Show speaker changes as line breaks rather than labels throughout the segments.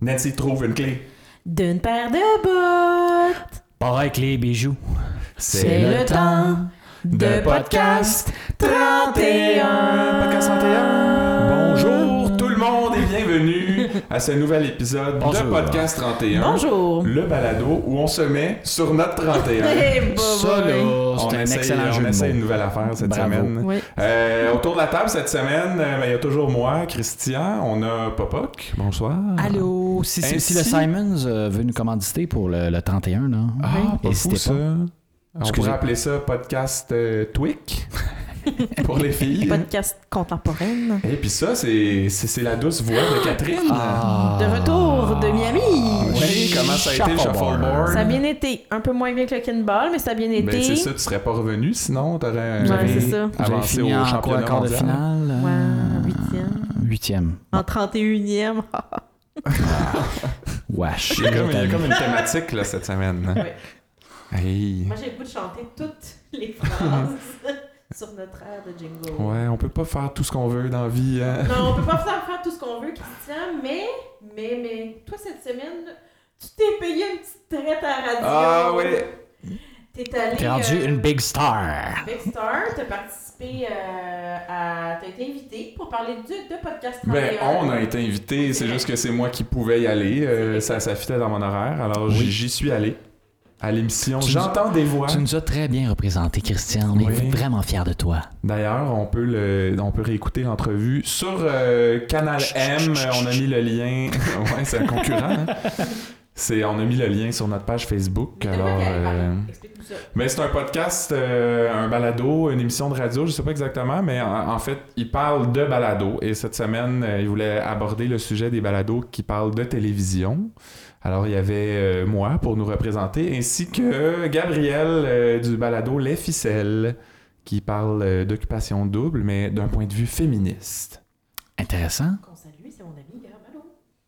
Nancy trouve une clé.
D'une paire de bottes,
Pas avec les bijoux.
c'est le temps de podcast 31.
Podcast 31. Bonjour tout le monde et bienvenue à ce nouvel épisode de
Bonjour.
Podcast 31.
Bonjour.
Le balado où on se met sur notre 31.
Hey, Eh, boy,
Ça,
boy.
là,
on
Oh, c'est un
essaie,
excellent
on
jeu de
essaie
mots.
une nouvelle affaire cette
Bravo.
semaine.
Oui.
Euh, autour de la table cette semaine, euh, ben, il y a toujours moi, Christian, on a Popoc. Bonsoir.
Allô, si, si- si le
Ainsi-
Simons euh, veut nous commanditer pour le, le 31, là. Hein?
Ah, pas
N'hésitez
fou,
pas.
ça. On
Excusez.
pourrait appeler ça podcast euh, Twic pour les filles.
Podcast contemporaine.
Et puis ça, c'est c'est- c'est la douce voix de Catherine.
Ah.
De retour de Miami.
Oui, comment ça a été le
Shuffleboard.
shuffleboard?
Ça a bien été. Un peu moins bien que le Kinball, mais ça a bien été.
Ben, c'est ça, tu serais pas revenu sinon, t'aurais
Ouais,
aurais
c'est ça.
Vous avez
avancé
fini
au
en quoi,
championnat
quart de
mondial.
finale?
Ouais,
Euh,
en huitième.
Huitième.
En 31e.
Wesh.
Il y a comme, il y a comme une thématique là, cette semaine. hein. Hey.
Moi, j'ai le goût de chanter toutes les phrases sur notre air de jingle.
Ouais, on peut pas faire tout ce qu'on veut dans la vie. hein.
Non, on peut pas faire faire tout ce qu'on veut, Christian, mais, mais, mais, toi, cette semaine, tu t'es payé une petite traite à la radio.
Ah ouais.
T'es allé.
T'es rendu
euh,
une big star.
Big Star, t'as participé euh, à. T'as été invité pour parler du, de podcast.
Ben,
31.
on a été invité, c'est juste que c'est moi qui pouvais y aller. euh, ça, ça fitait dans mon horaire, alors j'y-
Oui.
j'y suis allé à l'émission.
Tu-
J'entends des voix.
Tu nous as très bien représenté, Christian. On
Oui.
est vraiment fiers de toi.
D'ailleurs, on peut le, on peut réécouter l'entrevue sur euh, Canal M. On a mis le lien. ouais, c'est un concurrent. hein. C'est, on a mis le lien sur notre page Facebook.
Mais de quoi
Alors,
qu'elle allait parler?
euh,
Explique-nous ça.
mais c'est un podcast, euh, un balado, une émission de radio. Je sais pas exactement, mais en, en fait, il parle de balado. Et cette semaine, euh, il voulait aborder le sujet des balados qui parlent de télévision. Alors, il y avait euh, moi pour nous représenter, ainsi que Gabriel euh, du balado Les Ficelles, qui parle euh, d'occupation double, mais d'un point de vue féministe.
Intéressant.
Qu'on salue, c'est mon ami, Gab, allô?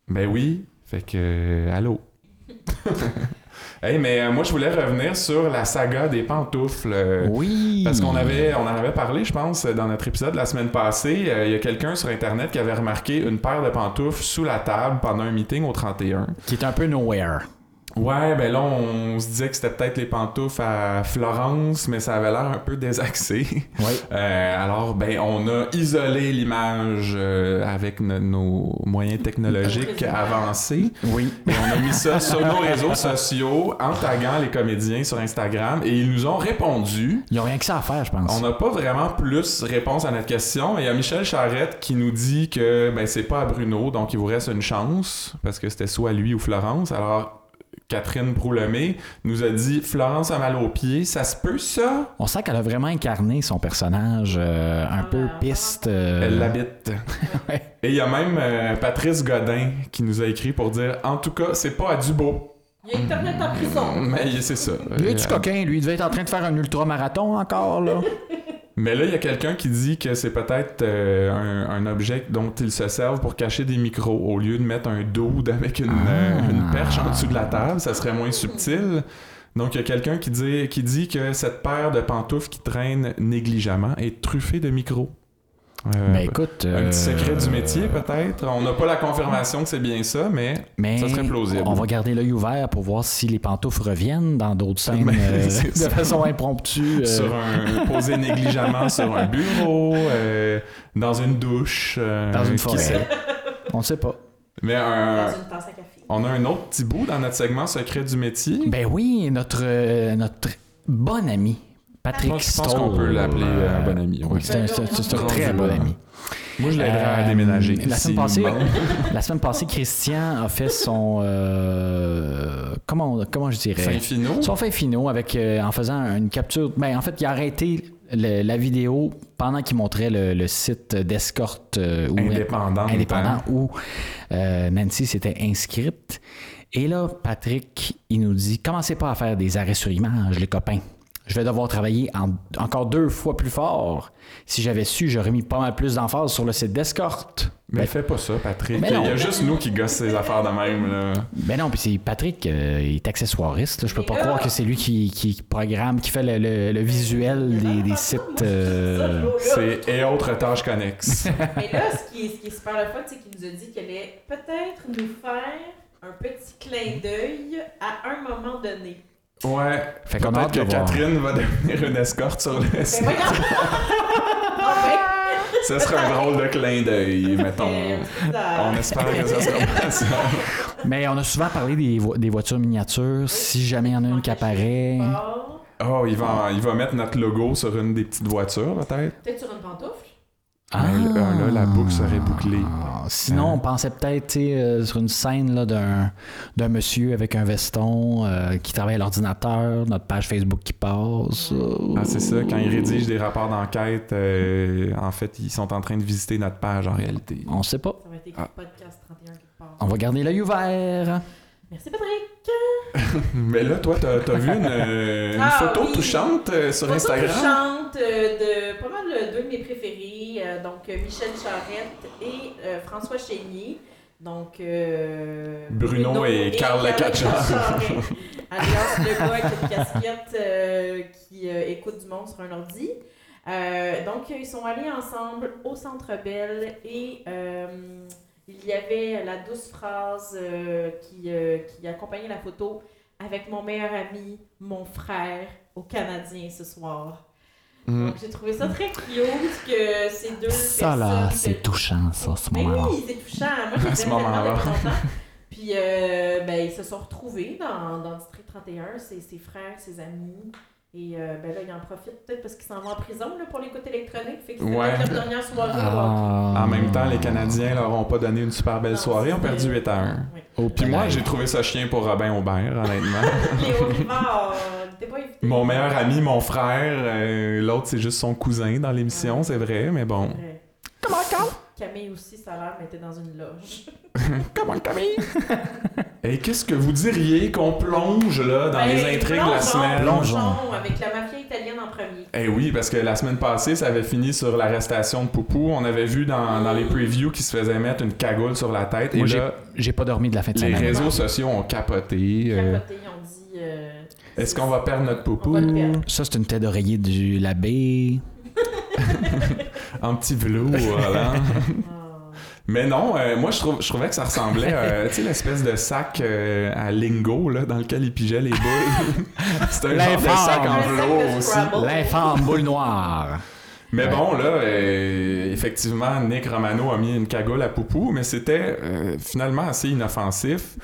Ben oui, fait que euh, allô. hey, mais euh, moi je voulais revenir sur la saga des pantoufles. euh,
Oui.
Parce qu'on avait, on en avait parlé, je pense, dans notre épisode la semaine passée. Euh, Il y a quelqu'un sur Internet qui avait remarqué une paire de pantoufles sous la table pendant un meeting au 31.
Qui est un peu nowhere.
Ouais, ben là, on se disait que c'était peut-être les pantoufles à Florence, mais ça avait l'air un peu désaxé.
Oui.
Euh, alors, ben, on a isolé l'image euh, avec no- nos moyens technologiques avancés.
Oui.
Et on a mis ça sur nos réseaux sociaux en taguant les comédiens sur Instagram et ils nous ont répondu.
Ils n'ont rien que ça à faire, je pense.
On n'a pas vraiment plus réponse à notre question. Et il y a Michel Charrette qui nous dit que ben, c'est pas à Bruno, donc il vous reste une chance parce que c'était soit lui ou Florence. Alors, Catherine Proulemé nous a dit Florence a mal aux pieds, ça se peut ça
On sent qu'elle a vraiment incarné son personnage euh, un
Ah,
peu
ah,
piste. euh,
Elle l'habite.
Ouais.
Et il y a même euh, Patrice Godin qui nous a écrit pour dire En tout cas, c'est pas à Dubo.
Il y a Internet en prison.
Mais c'est ça. Euh,
Lui, est-tu coquin? Lui, il devait être en train de faire un ultra-marathon encore, là.
Mais là, il y a quelqu'un qui dit que c'est peut-être euh, un, un objet dont ils se servent pour cacher des micros au lieu de mettre un dude avec une,
Ah.
euh, une perche en dessous de la table. Ça serait moins subtil. Donc, il y a quelqu'un qui dit, qui dit que cette paire de pantoufles qui traîne négligemment est truffée de micros. Euh,
ben écoute.
un
euh,
petit secret du métier, peut-être. On n'a pas la confirmation que c'est bien ça, mais,
Mais
ça serait plausible.
on va garder l'œil ouvert pour voir si les pantoufles reviennent dans d'autres scènes
Ben,
euh,
c'est
de
ça.
façon impromptue. euh,
sur un posé négligemment sur un bureau, euh, dans une douche, euh,
Dans une
qui
forêt.
sait.
On sait pas.
Mais un,
Dans une tasse à café.
On a un autre petit bout dans notre segment secret du métier.
Ben oui, notre, euh, notre bon ami,
je
Patrick
pense, je pense
Stoll,
qu'on peut l'appeler
euh,
un bon ami. oui.
C'est un, c'est un- c'est un
Rendu
très bon
là.
ami.
Moi, je l'aiderais à
Euh,
déménager. s'il
La semaine, passée,
me demande.
la semaine passée, Christian a fait son. euh, comment, comment je dirais
Fin finaux.
Son fin finaux avec, euh, en faisant une capture. Ben, en fait, il a arrêté le- la vidéo pendant qu'il montrait le, le site d'escorte euh, où-
Indépendante,
indépendant
hein.
où euh, Nancy s'était inscrite. Et là, Patrick, il nous dit Commencez pas à faire des arrêts sur image, les copains. Je vais devoir travailler en- encore deux fois plus fort. Si j'avais su, j'aurais mis pas mal plus d'emphase sur le site d'escorte. Ben,
Mais fais pas ça, Patrick.
Mais
Il y a
non.
juste nous qui gossent ces affaires de même. Là.
Ben non, puis c'est Patrick, euh, il est accessoiriste. là. Je peux
Mais
pas
là-
croire que c'est lui qui, qui programme, qui fait le, le- le visuel des, des sites. euh,
C'est et autres tâches connexes.
Mais là, ce qui est, ce qui est super le fun, c'est qu'il nous a dit qu'elle allait peut-être nous faire un petit clin d'œil à un moment donné.
Ouais.
Fait qu'on
Peut-être
a hâte de
que
voir.
Catherine va devenir une escorte sur le
Ben
site.
voyons! Ah
Ça serait un drôle de clin d'œil,
ben,
mettons.
c'est bizarre.
On espère que ça sera pas ça.
Mais on a souvent parlé des, vo- des voitures miniatures. Si jamais il y en a une qui apparaît.
Bon.
Oh, il va, il va mettre notre logo sur une des petites voitures, peut-être.
Peut-être sur une pantoufle?
Ah, là, là, la boucle serait bouclée.
Sinon,
Ah.
on pensait peut-être tu sais, euh, sur une scène là, d'un, d'un monsieur avec un veston euh, qui travaille à l'ordinateur, notre page Facebook qui passe. euh,
Ah, c'est ça, quand ils rédigent des rapports d'enquête, euh, en fait, ils sont en train de visiter notre page en réalité.
On sait pas.
Ça va être écrit podcast 31 quelque part.
Ah.
On va garder l'œil ouvert.
Merci Patrick!
Mais là, toi, t'as as vu une, euh, une
Ah,
photo
oui.
touchante euh, sur
Photo
Instagram?
touchante, euh, de pas mal euh, deux de mes préférés, euh, donc euh, Michel Charette et euh, François Chénier. Donc, euh,
Bruno et Karl
Karl
Lecatcher.
Lecatcher. Alliance le gars avec une casquette euh, qui euh, écoute du monde sur un ordi. Euh, donc, ils sont allés ensemble au Centre Bell et euh, il y avait la douce phrase euh, qui, euh, qui accompagnait la photo avec mon meilleur ami, mon frère, au Canadien ce soir.
Mm.
Donc, j'ai trouvé ça très cute que ces deux
Ça,
personnes...
là,
que-
c'est touchant, ça, ce
Mais
moment-là.
oui, c'est touchant. Moi, j'ai
À ce
ce moment
moment-là.
Puis, euh, ben, ils se sont retrouvés dans, dans District 31, ses, ses frères, ses amis. Et euh, ben là, ils en profitent peut-être parce qu'ils s'en vont en prison là, pour les côtes électroniques. Fait que c'était
Ouais.
peut-être leur dernière soirée.
Ah.
En même temps, les Canadiens leur ont pas donné une super belle soirée, ont perdu 8 à 1.
Oui.
Oh,
Puis moi,
ben,
j'ai trouvé ça chien pour Robin Aubert, honnêtement.
Léo Rivard, euh, t'es pas évité.
mon meilleur ami, mon frère, euh, l'autre, c'est juste son cousin dans l'émission, c'est vrai, mais bon.
Ouais.
Comment, comment?
Camille aussi, ça a l'air, mais était dans une loge.
Comment, Camille? Et qu'est-ce que vous diriez qu'on plonge, là, dans
Ben,
les intrigues de la
plongeons,
semaine?
Plongeons avec la mafia italienne en premier.
Eh oui, parce que la semaine passée, ça avait fini sur l'arrestation de Poupou. On avait vu dans, dans les previews qu'il se faisait mettre une cagoule sur la tête.
Moi,
et
j'ai-
là,
J'ai pas dormi de la fin de
les
semaine.
réseaux sociaux ont capoté.
Puis
euh,
à côté, ils ont dit. euh,
Est-ce qu'on va perdre notre
On
Poupou?
va le perdre.
Ça, c'est une tête d'oreiller du l'abbé.
En petit velours, voilà.
Ah.
Mais non, euh, moi je, trouve, je trouvais que ça ressemblait, euh, tu sais, l'espèce de sac euh, à lingo là, dans lequel il pigeait les boules. C'était un genre de
L'infâme.
sac en
Un sac
velours
de
aussi.
Scrabble.
L'infâme boule noire.
Mais
Ouais.
bon, là, euh, effectivement, Nick Romano a mis une cagoule à Poupou, mais c'était euh, finalement assez inoffensif.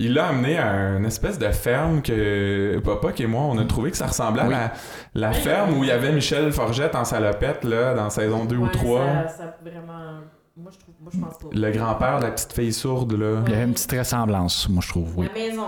Il l'a amené à une espèce de ferme que Papa et moi, on a trouvé que ça ressemblait
Oui.
à la, la
Oui.
ferme où il y avait Michel Forgette en salopette, là, dans saison 2 ou
Ah. Ouais,
3.
Ça, ça vraiment. Moi, je trouve. Moi, je pense pas.
Le grand-père de la petite fille sourde, là.
Il y avait une petite ressemblance, moi, je trouve, oui.
La maison.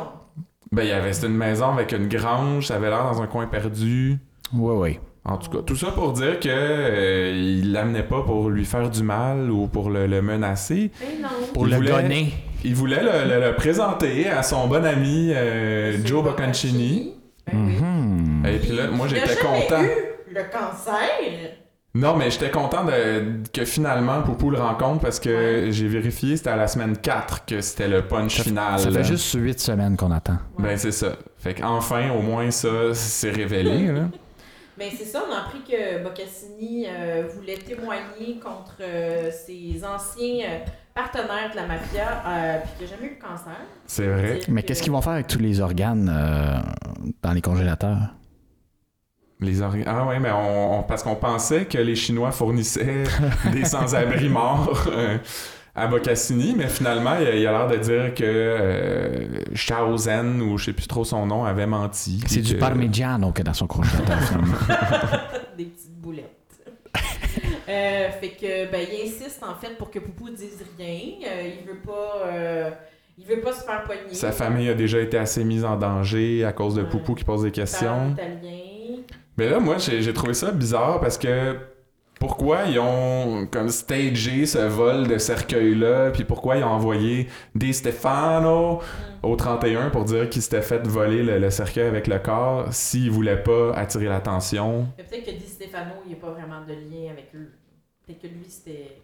Ben, il y avait c'était une maison avec une grange, ça avait l'air dans un coin perdu.
Oui, oui.
En tout cas, tout ça pour dire que euh, il l'amenait pas pour lui faire du mal ou pour le, le menacer.
Mais non.
Pour
Il
le
voulait-
gonner.
Il voulait le, le- le présenter à son bon ami euh,
Monsieur
Joe Bocconcini.
Ben oui.
Mhm.
Et puis là, moi
Il a
j'étais
jamais
content.
eu Le cancer.
Non, mais j'étais content de, que finalement Poupou le rencontre parce que j'ai vérifié, c'était à la semaine 4 que c'était le punch
Ça-
final.
Ça fait juste huit semaines qu'on attend.
Ben c'est ça. Fait qu'enfin, au moins ça s'est révélé. là.
Mais Ben, c'est ça, on a appris que Boccassini euh, voulait témoigner contre euh, ses anciens euh, partenaires de la mafia, euh, puis qu'il n'a jamais eu le cancer.
C'est vrai.
Mais qu'est-ce qu'ils vont faire avec tous les organes euh, dans les congélateurs?
Les orga- Ah ouais, mais on, on- parce qu'on pensait que les Chinois fournissaient des sans-abri morts euh, à Bocassini, mais finalement, il a- il a l'air de dire que euh, Shaozen, ou je sais plus trop son nom, avait menti.
C'est
puis
du
que-
parmigiano que dans son congélateur, finalement.
des petites boulettes. Euh, fait que ben, il insiste en fait pour que Poupou dise rien. Euh, il veut pas euh, il veut pas se faire poigner.
Sa famille a déjà été assez mise en danger à cause de
Ouais. Ah.
Poupou qui pose des
Il parle
questions.
italien.
Mais là, moi, j'ai j'ai trouvé ça bizarre parce que pourquoi ils ont comme stagé ce vol de cercueil-là, puis pourquoi ils ont envoyé des Stefano
Mm.
au 31 pour dire qu'ils s'étaient fait voler le, le cercueil avec le corps s'ils voulaient pas attirer l'attention.
Mais peut-être que Di Stefano, il n'y a pas vraiment de lien avec eux. Peut-être que lui, c'était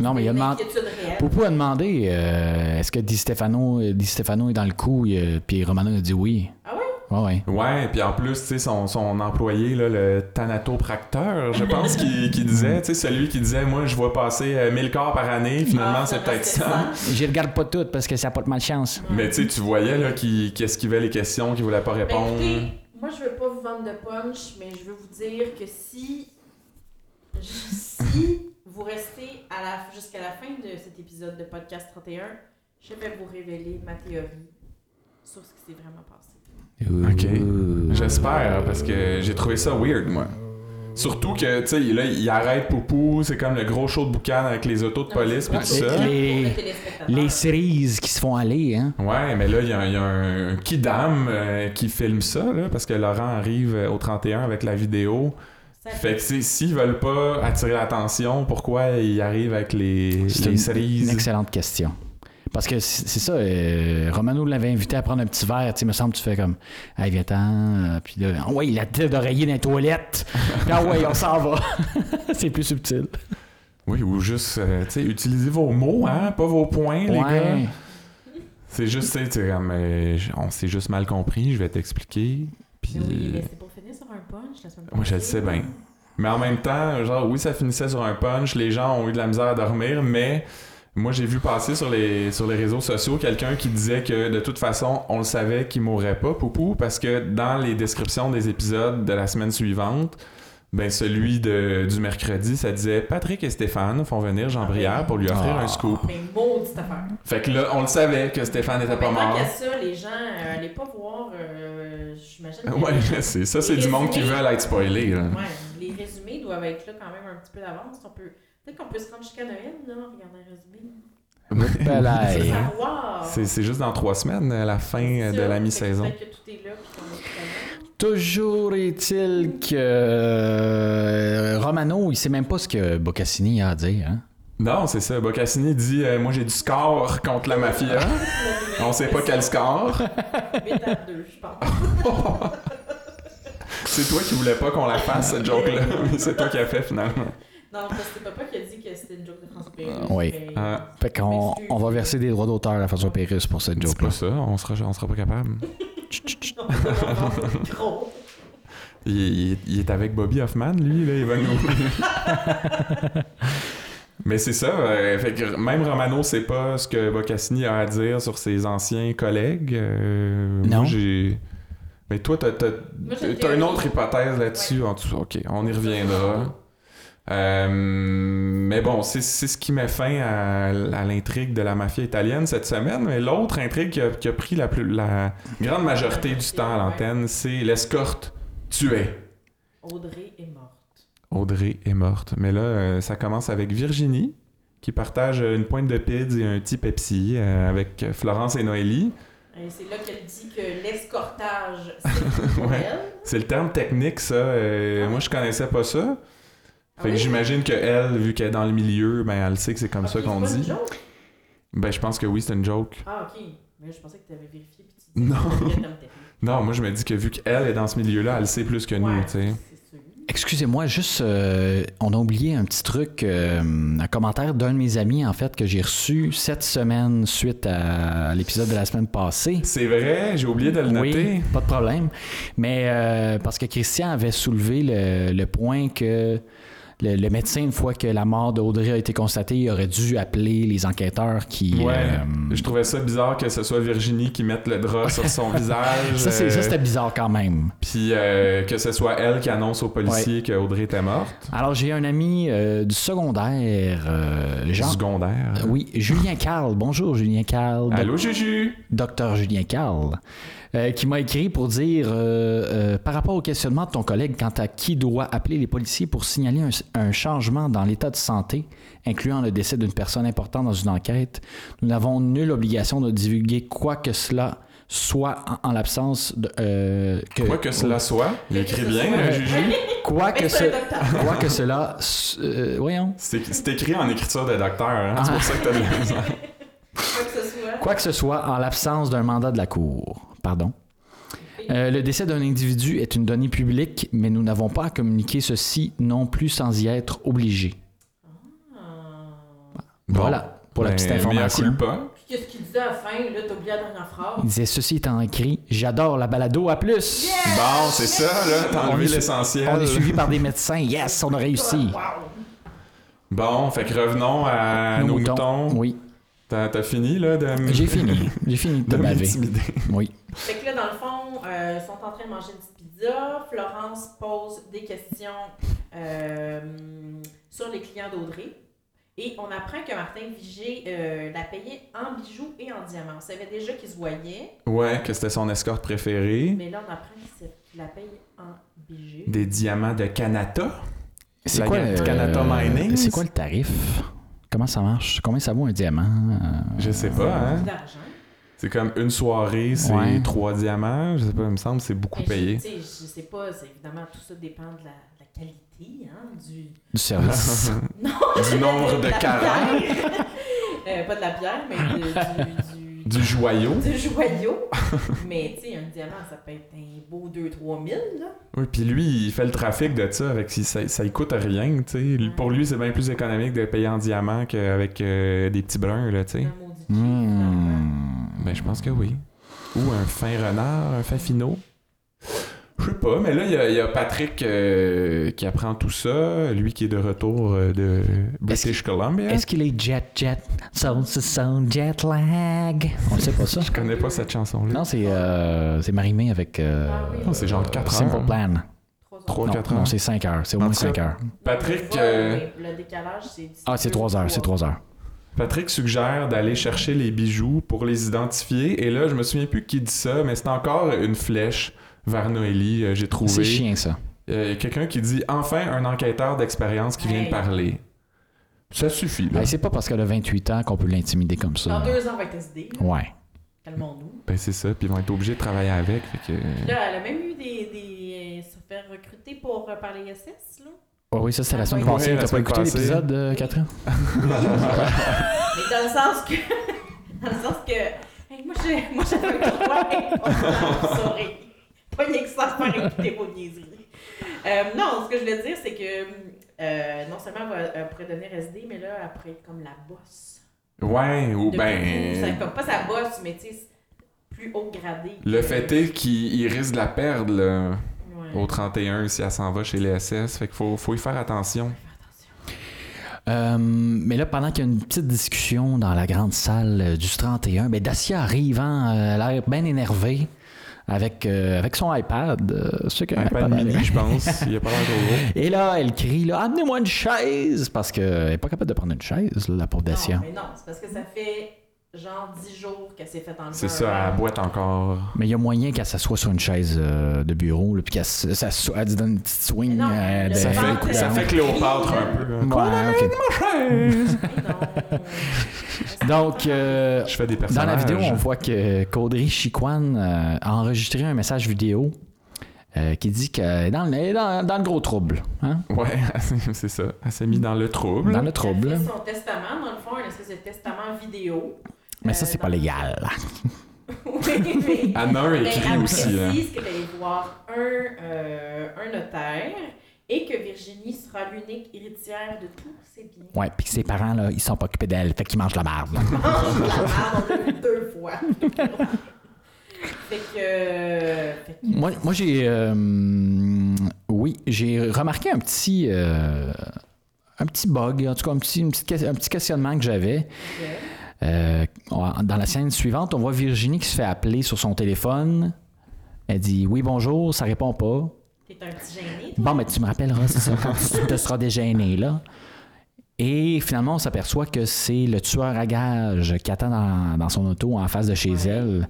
Non, mais il a
une
demandé.
inquiétude réelle.
Poupou a demandé euh, est-ce que Di Stefano, Di Stefano est dans le coup, Il, euh, puis Romano a dit oui.
Ah ouais?
Ouais, ouais.
Ouais, puis en plus, tu sais, son, son employé, là, le thanatopracteur, je pense, qui, qui disait, tu sais, celui qui disait, moi, je vois passer euh, 1000 corps par année, finalement,
Ah,
c'est
finalement,
peut-être
c'est
ça.
ça.
J'y regarde pas toutes parce que ça porte malchance.
Mais tu sais, tu voyais, là, qui, qui esquivait les questions, qui voulait pas
Ben,
répondre.
écoutez, moi je veux pas vous vendre de punch, mais je veux vous dire que si si vous restez à la jusqu'à la fin de cet épisode de podcast 31, je vais vous révéler ma théorie sur ce qui s'est vraiment passé.
Ok. J'espère, parce que j'ai trouvé ça weird, moi. Surtout que, tu sais, là, il arrête Poupou, c'est comme le gros show de boucan avec les autos de police, pis
Non,
tout
Ah, c'est
ça.
pour
Ah, Les-
le téléspectateur.
Les cerises qui se font aller, hein.
Ouais, mais là, il y, a- il y a un kidam euh, qui filme ça, là, parce que Laurent arrive euh, au 31 avec la vidéo.
Ça
Fait que c'est- s'ils veulent pas attirer l'attention, pourquoi ils arrivent avec les,
C'est
les
une- Une
cerises?
excellente question. Parce que c'est c'est ça, euh, Romano l'avait invité à prendre un petit verre. Tu sais, me semble, tu fais comme, hey, viens-t'en. euh, Puis là, Ah ouais, il a la tête d'oreiller dans les toilettes. Puis, ah ouais, on s'en va. c'est plus subtil.
Oui, ou juste, euh, tu sais, utilisez vos mots, hein, pas vos points, les gars.
Ouais.
C'est juste, tu sais, tu sais, comme, euh, j- on s'est juste mal compris, je vais t'expliquer. Puis.
Mais oui, mais c'est pour finir sur un punch la semaine
Moi, je le sais bien. Mais en même temps, genre, oui, ça finissait sur un punch, les gens ont eu de la misère à dormir, mais moi, j'ai vu passer sur les, sur les réseaux sociaux quelqu'un qui disait que de toute façon, on le savait qu'il mourrait pas, Poupou, parce que dans les descriptions des épisodes de la semaine suivante, ben celui de, du mercredi, ça disait Patrick et Stéphane font venir Jean Brière pour lui offrir
Ah.
un scoop.
Mais maudite affaire.
Fait que là, on le savait que Stéphane
Mais
n'était pas
tant
mort.
qu'à ça, les gens euh, allaient pas voir, euh, j'imagine. que-
Ouais, je sais. Ça, c'est du monde qui veut être spoilé. là.
Ouais, les résumés doivent être là quand même un petit peu d'avance. On peut... Peut-être qu'on peut se rendre jusqu'à Noël, là, en regardant un résumé.
Balaye.
Ça, wow!
hein? C'est c'est juste dans trois semaines, la fin euh, de
Ça,
la
fait
mi-saison.
Peut-être que tout est là, puis qu'on est tout
Toujours est-il que euh, Romano, il sait même pas ce que Boccassini a à dire. hein.
Non, c'est ça. Boccassini dit euh, Moi, j'ai du score contre la mafia. On sait pas quel score.
à l'heure. 8 à 2, je pense.
C'est toi qui voulais pas qu'on la fasse, cette joke-là. Mais c'est toi qui as fait, finalement.
Non, parce que c'est papa qui a dit que c'était une joke de François Pérez.
Oui.
mais-
Ah.
Fait qu'on on va verser des droits d'auteur à François Pérusse pour cette
Dis
joke-là.
pas ça, on sera, on sera pas capable.
Non, non, non, c'est trop.
Il, il- il est avec Bobby Hoffman, lui, là, il va nous. Mais c'est ça, euh, fait que même Romano sait pas ce que Boccassini a à dire sur ses anciens collègues. Euh,
Non.
Moi, j'ai. Mais toi, t'as, t'as-
j'ai
Euh, t'as une
théorie.
autre hypothèse là-dessus. En tout ok, on y reviendra. Euh, mais bon, c'est, c'est ce qui met fin à, à l'intrigue de la mafia italienne cette semaine. Mais l'autre intrigue qui a, qui a pris la, plus, la grande majorité du temps à l'antenne, c'est l'escorte tuée.
Audrey est morte.
Audrey est morte. Mais là, euh, ça commence avec Virginie, qui partage euh, une pointe de pids et un petit Pepsi euh, avec euh, Florence et Noélie.
Et c'est là qu'elle dit que l'escortage, c'est pour
Ouais.
elle.
C'est le terme technique, ça. euh, moi, je connaissais pas ça.
Ah
Fait que
oui?
j'imagine que elle, vu qu'elle est dans le milieu, ben elle sait que c'est comme
Ah,
ça
ok,
qu'on
c'est pas une
dit.
joke?
Ben je pense que oui, c'est une joke.
Ah, ok. Mais je pensais que tu avais vérifié. Puis tu disais
Non.
que c'était un terme technique.
Non, moi je me dis que vu qu'elle est dans ce milieu-là, elle sait plus que nous,
Ouais,
tu sais.
c'est sûr.
Excusez-moi, juste, euh, on a oublié un petit truc, euh, un commentaire d'un de mes amis, en fait, que j'ai reçu cette semaine suite à l'épisode de la semaine passée.
C'est vrai, j'ai oublié de le noter.
Oui, pas de problème. Mais euh, parce que Christian avait soulevé le, le point que le, le médecin, une fois que la mort d'Audrey a été constatée, il aurait dû appeler les enquêteurs qui...
Ouais.
euh,
Je trouvais ça bizarre que ce soit Virginie qui mette le drap sur son visage.
ça, c'est- ça,
euh,
c'était bizarre quand même.
Puis euh, que ce soit elle qui annonce aux policiers que Audrey était morte.
Alors, j'ai un ami euh, du secondaire, euh, Jean...
Secondaire.
Euh, Oui, Julien Carl. Bonjour, Julien Carl. Doc-
Allô, Juju?
Docteur Julien Carl, euh, qui m'a écrit pour dire euh, euh, par rapport au questionnement de ton collègue quant à qui doit appeler les policiers pour signaler un, un changement dans l'état de santé, incluant le décès d'une personne importante dans une enquête, nous n'avons nulle obligation de divulguer quoi que cela soit en, en l'absence de. euh, que,
Quoi que cela soit, il écrit bien, hein, Juju.
Quoi
Mais
que,
c'est
ce-
un docteur.
quoi que cela. s- euh, voyons.
C'est c'est écrit en écriture de docteur, hein? C'est pour ça que t'as de la misère.
Quoi que ce soit.
Quoi que ce soit en l'absence d'un mandat de la Cour. Pardon. Euh, le décès d'un individu est une donnée publique, mais nous n'avons pas à communiquer ceci non plus sans y être obligé.
Ah.
Bon.
Voilà. pour la
Ben,
petite
mea
information.
culpa.
Puis qu'est-ce qu'il disait à la fin, là, t'as oublié la dernière phrase.
Il disait Ceci étant écrit, j'adore la balado à plus.
Yeah!
Bon, c'est ça, là. T'as
On
enlevé
est su-
l'essentiel.
On est suivi par des médecins. Yes, on a réussi.
Wow!
Bon, fait que revenons à nos, moutons.
Oui,
T'as t'as fini, là, de m-
j'ai fini. J'ai fini de te
de
baver.
m'intimider.
Oui.
Fait que là, dans le fond, euh, ils sont en train de manger une petite pizza. Florence pose des questions euh, sur les clients d'Audrey. Et on apprend que Martin Vigée euh, l'a payé en bijoux et en diamants. On savait déjà qu'ils se voyaient,
Ouais, que c'était son escorte préférée.
mais là, on apprend qu'il s'est- qu'il la paye en bijoux.
Des diamants de Kanata.
C'est
La
quoi,
gamme
le-
Canada Mining.
c'est quoi le tarif? Comment ça marche? Combien ça vaut un diamant? Euh,
Je sais pas, hein.
d'argent.
C'est comme une soirée, c'est
Ouais.
trois diamants. Je sais pas, il me semble que c'est beaucoup
Mais je-
payé.
tu sais, Je sais pas, c'est- évidemment, tout ça dépend de la, de la qualité, hein, du...
Du service.
Non,
Du nombre de
la
carats.
bière. Euh, pas de la bière, mais de- du- du,
Du joyau.
de joyaux. Mais tu sais, un diamant, ça peut être un beau 2-3 000, là.
Oui, puis lui, il fait le trafic de ça. Avec, ça, ça lui coûte rien, tu sais. Pour lui, c'est bien plus économique de payer en diamant qu'avec euh, des petits bruns, là, tu sais.
Un hein, maudit cheap, finalement.
Hmm.
Ben, je pense que oui. Ou un fin renard, un fin finot. Je sais pas, mais là, il y a- il y, a Patrick euh, qui apprend tout ça, lui qui est de retour euh, de British Columbia.
Est-ce qu'il est jet, jet, son, son, son, jet lag? On le sait pas ça.
Je connais pas cette chanson-là.
Non, c'est euh, c'est marimé avec. euh,
Ah oui.
Non, c'est genre quatre
Simple
heures.
Plan.
Trois heures.
Trois,
non,
quatre
non,
heures.
c'est 5 heures. C'est au
En
moins
tout cas,
5 heures.
Patrick,
Ouais,
euh,
mais Le décalage, c'est.
Ah, c'est 3 heures. C'est 3 heures.
Patrick suggère d'aller chercher les bijoux pour les identifier. Et là, je me souviens plus qui dit ça, mais c'est encore une flèche vers Noélie, euh, j'ai
C'est
trouvé.
chiant, ça.
Euh, Quelqu'un qui dit « Enfin, un enquêteur d'expérience qui vient
Hey.
de parler. » Ça suffit, là.
Hey, c'est pas parce qu'elle a 28 ans qu'on peut l'intimider comme
Dans
ça.
deux ans, on va être SD. là.
Ouais.
Calmons-nous.
Ben, c'est ça, puis ils vont être obligés de travailler avec, fait que...
Puis Là, elle a même eu des. des euh, se faire recruter pour, euh, par les SS, là.
Ah oui, ça, c'était la semaine
Ouais,
passée.
la
T'as pas
semaine
écouté
passée.
l'épisode, euh, Catherine?
Mais dans le sens que. dans le sens que. Hey, moi, j'ai- moi, j'avais un droit important, sorry. Pas rien que ça, faire écouter vos niaiseries. Euh, non, ce que je voulais dire, c'est que euh, non seulement elle, va, elle pourrait devenir SD, mais là, elle pourrait être comme la bosse.
Ouais, ou
De plus, ça-
ben...
Comme pas sa bosse, mais tu sais, plus haut gradé.
Le fait est qu'il il risque de la perdre, là,
Ouais.
au 31, si elle s'en va chez les SS, fait qu'il faut, faut y faire attention.
Attention.
Euh, mais là, pendant qu'il y a une petite discussion dans la grande salle euh, du 31, ben Dacia arrive, hein, euh, elle a l'air bien énervée avec, euh, avec son iPad. euh, c'est qu'un
Un pas
iPad,
mini, je pense, il a pas l'air trop gros.
Et là, elle crie là, Amenez-moi une chaise Parce qu'elle n'est pas capable de prendre une chaise, là, la pauvre Dacia.
Non, mais non, c'est parce que ça fait genre 10 jours qu'elle s'est fait enlever.
C'est
un
ça,
verre.
elle boite encore.
Mais il y a moyen qu'elle s'assoie sur une chaise euh, de bureau, là, puis qu'elle se- ça se- elle se donne une petite swing.
Non,
euh, de-
le
Ça
Elle
fait,
manque de-
ça fait Cléopâtre un peu. hein.
Ouais, ok.
Mais non.
Donc, euh,
Je fais des
dans
personnages.
la vidéo, on voit que Caudry Chiquan euh, a enregistré un message vidéo euh, qui dit qu'elle est dans le, elle est dans, dans le gros trouble. hein?
Ouais, c'est ça. Elle s'est mise dans le trouble.
Dans le
Elle
trouble.
fait son testament, dans le fond, une espèce de testament vidéo. Euh,
Mais ça, c'est pas Ah, légal.
oui, mais.
Anna a
Ben,
écrit
elle
aussi. hein.
précise qu'elle allait voir un, euh, un notaire et que Virginie sera l'unique héritière de tous ses biens.
Ouais, puis que ses parents, là, ils sont pas occupés d'elle, fait qu'ils mangent la merde.
Mange la merde, on l'a eu deux fois. fait que. euh, fait que-
Moi, moi j'ai. euh, oui, j'ai remarqué un petit. euh, un petit bug, en tout cas, un petit, une petite que- un petit questionnement que j'avais. Euh, on- dans la scène suivante, on voit Virginie qui se fait appeler sur son téléphone. Elle dit oui, bonjour, ça répond pas.
T'es un petit gêné, toi.
Bon, mais tu me rappelleras ça quand tu te seras dégêné, là. Et finalement, on s'aperçoit que c'est le tueur à gage qui attend dans, dans son auto en face de chez elle.